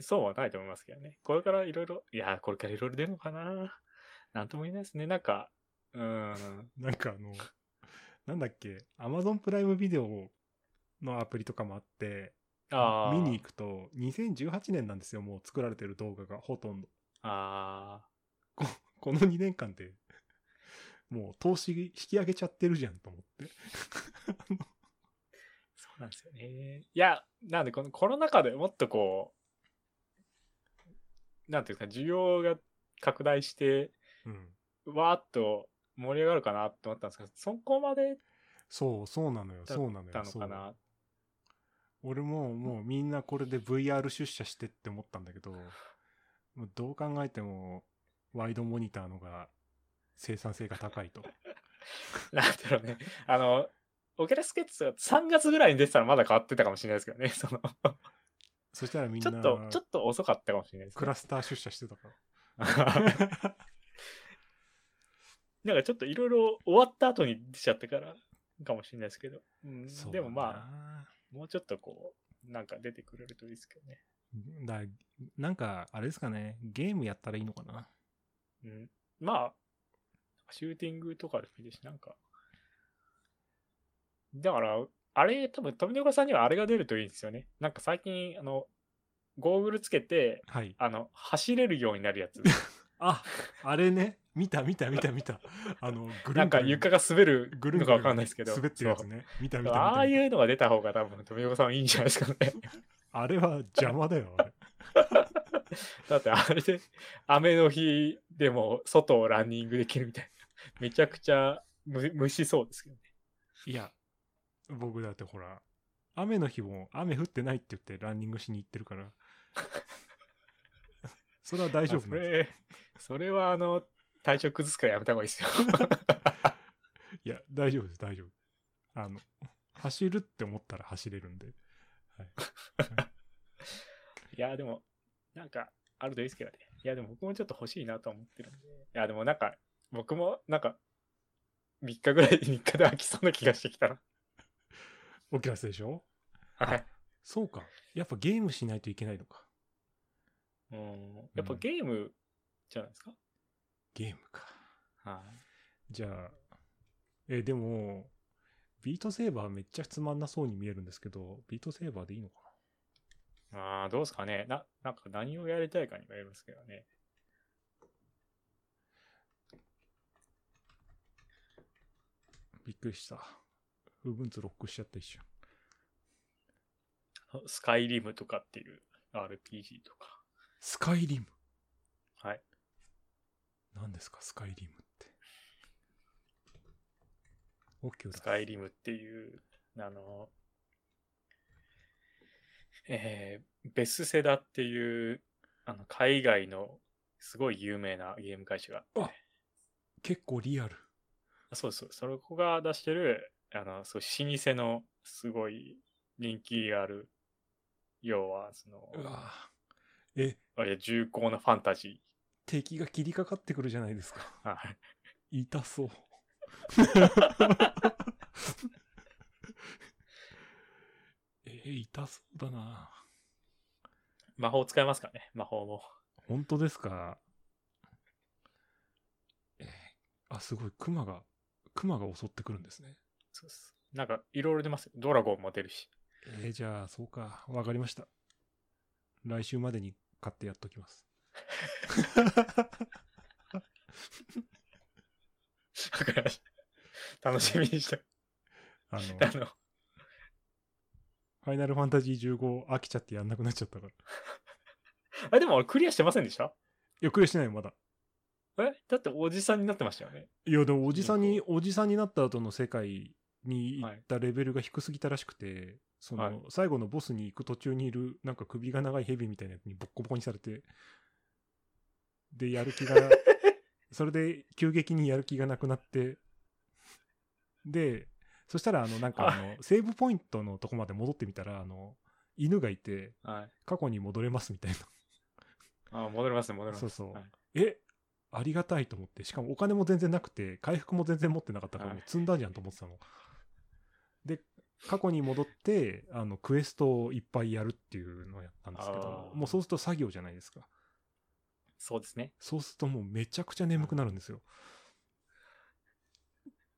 S3: そうはないと思いますけどね。これからいろいろ、いやー、これからいろいろ出るのかな。なんとも言えないですね。なんか、うーん。
S2: なんかあの、なんだっけ、Amazon プライムビデオのアプリとかもあって、
S3: あー
S2: 見に行くと、2018年なんですよ、もう作られてる動画がほとんど。
S3: あ
S2: この2年間で、もう投資引き上げちゃってるじゃんと思って。
S3: ーそうなんですよね。いや、なんでこのコロナ禍でもっとこう、なんていうんですか、需要が拡大して、
S2: うん。
S3: わーっと盛り上がるかなって思ったんですけど、そこまで
S2: そう、そうなのよ、
S3: だ
S2: そうなの
S3: だ
S2: よ。
S3: の
S2: そ
S3: か
S2: う
S3: な。
S2: 俺ももうみんなこれで VR 出社してって思ったんだけど、もうどう考えても、ワイドモニターのが生産性が高いと。
S3: (laughs) なんだろうね。あの、オケラスケッツが3月ぐらいに出てたらまだ変わってたかもしれないですけどね。その、
S2: そしたらみん
S3: ち
S2: な、
S3: ょっと、ちょっと遅かったかもしれないです、
S2: ク
S3: ね。
S2: (laughs) ラスター出社してたから。
S3: なんかちょっといろいろ終わった後に出ちゃったから、かもしれないですけど。うん
S2: そう
S3: でもま
S2: あ。
S3: あ、もうちょっとこう、なんか出てくれるといいですけどね。
S2: だなんか、あれですかね、ゲームやったらいいのかな。
S3: うん。まあ、シューティングとかでもいいですし、なんか。だから、あれ、多分、富岡さんにはあれが出るといいんですよね。なんか最近、あの、ゴーグルつけて、
S2: はい。
S3: あの、走れるようにな
S2: (laughs)
S3: るやつ。
S2: あ、あれね、見た見た見た見た。あの、ぐる
S3: なんん
S2: ぐ
S3: か
S2: る
S3: 床が滑る
S2: ぐるんぐる
S3: のかわかんないですけど。
S2: 滑ってるやつね。見た
S3: そ
S2: 見た見た
S3: うああ
S2: 見た
S3: いうのが出た方が多分、富岡さんはいいんじゃないですかね。 (laughs)
S2: あれは邪魔だよ、あれ。
S3: だってあれで、雨の日でも外をランニングできるみたいな。めちゃくちゃむ虫そうですけどね。
S2: いや、僕だってほら、雨の日も雨降ってないって言ってランニングしに行ってるから。 (laughs) それは大丈夫
S3: そ
S2: なんです
S3: れ、それはあの、体調崩すからやめた方がいいです
S2: (laughs)
S3: よ。
S2: いや、大丈夫です、大丈夫。あの、走るって思ったら走れるんで。
S3: いや、でも、なんか、あるといいですけどね。いや、でも僕もちょっと欲しいなと思ってるんで。いや、でもなんか、僕もなんか、3日ぐらい、3日で飽きそうな気がしてきたら。
S2: オキュラスでしょ
S3: はい。
S2: そうか。やっぱゲームしないといけないのか。
S3: うん。やっぱゲームじゃないですか。
S2: ゲームか。
S3: は
S2: じゃあ、え、でも、ビートセーバーめっちゃつまんなそうに見えるんですけど、ビートセーバーでいいのか
S3: い。ああ、どうですかね。な、なんか何をやりたいかにもよりますけどね。
S2: なびっくりした。ウブンツロックしちゃった一瞬。
S3: あのスカイリムとかっていう RPG とか。
S2: スカイリム。
S3: はい。
S2: 何ですか、スカイリムって。オキュラ
S3: スカイリムっていう、あの、えーベスセダっていう、あの、海外のすごい有名なゲーム会社があっ
S2: あ
S3: て、
S2: 結構リアル。
S3: あそうそう、そこが出してる、あの、そう、老舗のすごい人気がある、要は、その、
S2: うわぁえ、
S3: 割と重厚なファンタジ
S2: 敵が切りかかってくるじゃないですか。
S3: ー。はい
S2: 痛そう。 (laughs) えー、痛そうだな。
S3: (laughs) 魔法使えますかね魔法も。
S2: 本当ですかえーあ、すごい、熊が、熊が襲ってくるんですね。
S3: そうっす。なんか、いろいろ出ますよ。ドラゴンも出るし。 (laughs)
S2: えーじゃあ、そうか。わかりました。来週までに買ってやっときます。
S3: わかりました楽しみにして。
S2: あの、
S3: あの、
S2: ファイナルファンタジー15飽きちゃってやんなくなっちゃったから。
S3: あ、でも俺クリアしてませんでした
S2: いや、クリアしてないよまだ。
S3: えだっておじさんになってましたよね。
S2: いや、でもおじさんに、おじさんになった後の世界に行
S3: はい
S2: ったレベルが低すぎたらしくて、その、
S3: はい
S2: 最後のボスに行く途中にいる、なんか首が長いヘビみたいなやつにボッコボコにされて、で、やる気が、それで急激にやる気がなくなって、で、そしたら、あの、なんか、あの、セーブポイントのとこまで戻ってみたら、あの、犬がいて、
S3: はい。
S2: 過去に戻れますみたいな。
S3: あ、戻りますね、戻ります。
S2: そうそう
S3: はい
S2: えありがたいと思ってしかもお金も全然なくて回復も全然持ってなかったから
S3: はい
S2: もう積んだじゃんと思ってたの、で過去に戻ってあのクエストをいっぱいやるっていうのをやったんですけど
S3: あー
S2: もうそうすると作業じゃないですか
S3: そうですね。
S2: そうするともうめちゃくちゃ眠くなるんですよ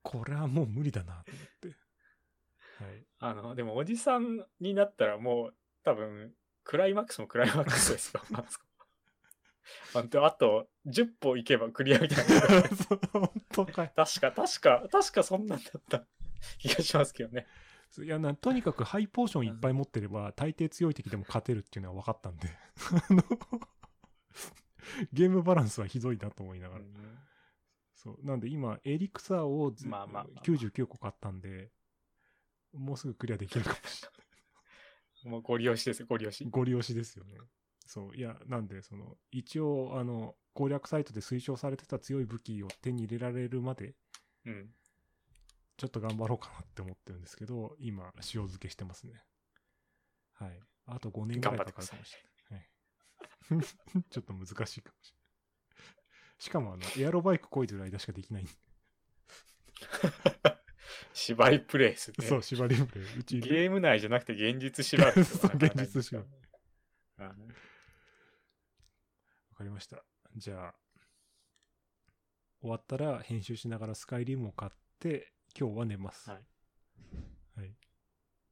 S2: これはもう無理だなと思ってはい
S3: (laughs) あの、でもおじさんになったらもう、多分、クライマックスもクライマック
S2: (laughs)
S3: スですよ。あそこほんと (laughs) あと、10歩行けばクリアみ
S2: (laughs)
S3: たいな。
S2: そう本当かい
S3: 確か、確か、確かそんなんだった気がしますけどね。
S2: いやなとにかくハイポーションいっぱい持ってれば大抵強い敵でも勝てるっていうのは分かった
S3: (laughs)
S2: んであのゲームバランスはひどいなと思いながら、そうなんで今エリクサーをず、
S3: まあまあまあまあ
S2: 99個買ったんでもうすぐクリアできるかもしれな
S3: うん (laughs) もうご利用しですよ、ご利用し
S2: い。ご利用しですよねそういやなんでその一応あの攻略サイトで推奨されてた強い武器を手に入れられるまで
S3: うん。
S2: ちょっと頑張ろうかなって思ってるんですけど、今、塩漬けしてますね。はい。あと5年ぐらいかかるかもしれない。はい、 (laughs) ちょっと難しいかもしれない。しかも、あの、エアロバイクこいでる間しかできないんで。
S3: 縛りプレイですね。
S2: そう、縛りプレイ。うち、
S3: ゲーム内じゃなくて現実縛りですよ。
S2: (laughs) そう現実縛り
S3: あの。
S2: わかりました。じゃあ、終わったら編集しながらスカイリムを買って、今日は寝ます。
S3: はい
S2: はい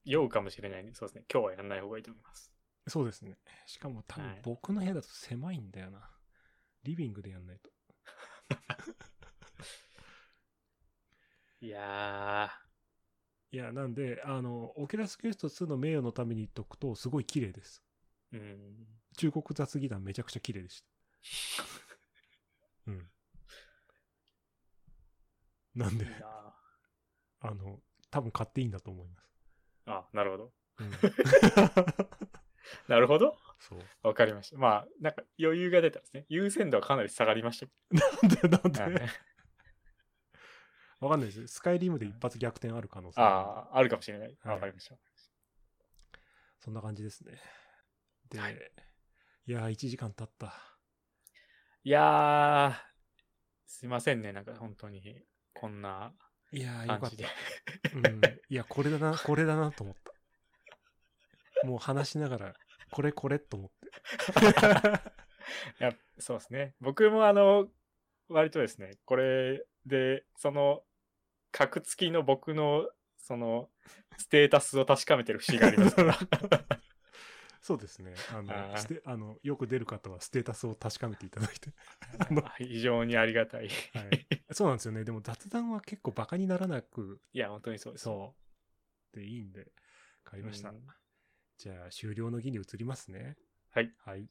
S3: 酔うかもしれないんで、そうですね。今日はやらない方がいいと思います。
S2: そうですね。しかも多分
S3: はい
S2: 僕の部屋だと狭いんだよな。リビングでやんないと。
S3: いや
S2: いや、なんで、あの、オキュラスクエスト2の名誉のために言っとくと、すごい綺麗です。
S3: ー、うん。
S2: 中国雑技団めちゃくちゃ綺麗で
S3: (laughs)
S2: した。うん。なん
S3: い
S2: で
S3: い、な
S2: あの、多分買っていいんだと思います。
S3: あ、なるほど。
S2: うん、
S3: (laughs) なるほど。
S2: そう。
S3: わかりました。まあ、なんか余裕が出たんですね。優先度はかなり下がりましたけ
S2: なんで、
S3: ど
S2: なんで
S3: ね。
S2: わかんないです。スカイリムで一発逆転ある可能性ある
S3: ああ、あるかもしれない。
S2: はい
S3: わかりました。
S2: そんな感じですね。で、
S3: はい
S2: い、やー、1時間経った。
S3: いやー、すいませんね。なんか本当に、こんない
S2: やー、よ
S3: 感
S2: かっ
S3: じ
S2: た
S3: で。。
S2: うん、いや、これだな、これだなと思った。もう話しながら、これこれと思って。
S3: いや、そうですね。僕もあの、割とですね、これで、その、格付きの僕の、その、ステータスを確かめてる節があり (laughs) ますから。
S2: そうですね。あ
S3: あ
S2: の、
S3: ー
S2: ステあのよく出る方はステータスを確かめていただい
S3: (laughs)
S2: て。あの
S3: 非常にありがたい。い
S2: はい、そうなんですよね。でも雑談は結構バカにならなく、
S3: や、本当にそうです。
S2: そう。で、いいんで、買いました。
S3: うん
S2: じゃあ、終了の儀に移りますね。
S3: はい。
S2: はい。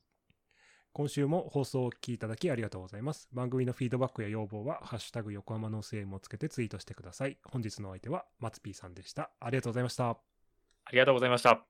S2: 今週も放送をお聞きいただきありがとうございます。番組のフィードバックや要望は、ハッシュタグ横浜の声援をつけてツイートしてください。本日のお相手は、松 P さんでした。ありがとうございました。
S3: ありがとうございました。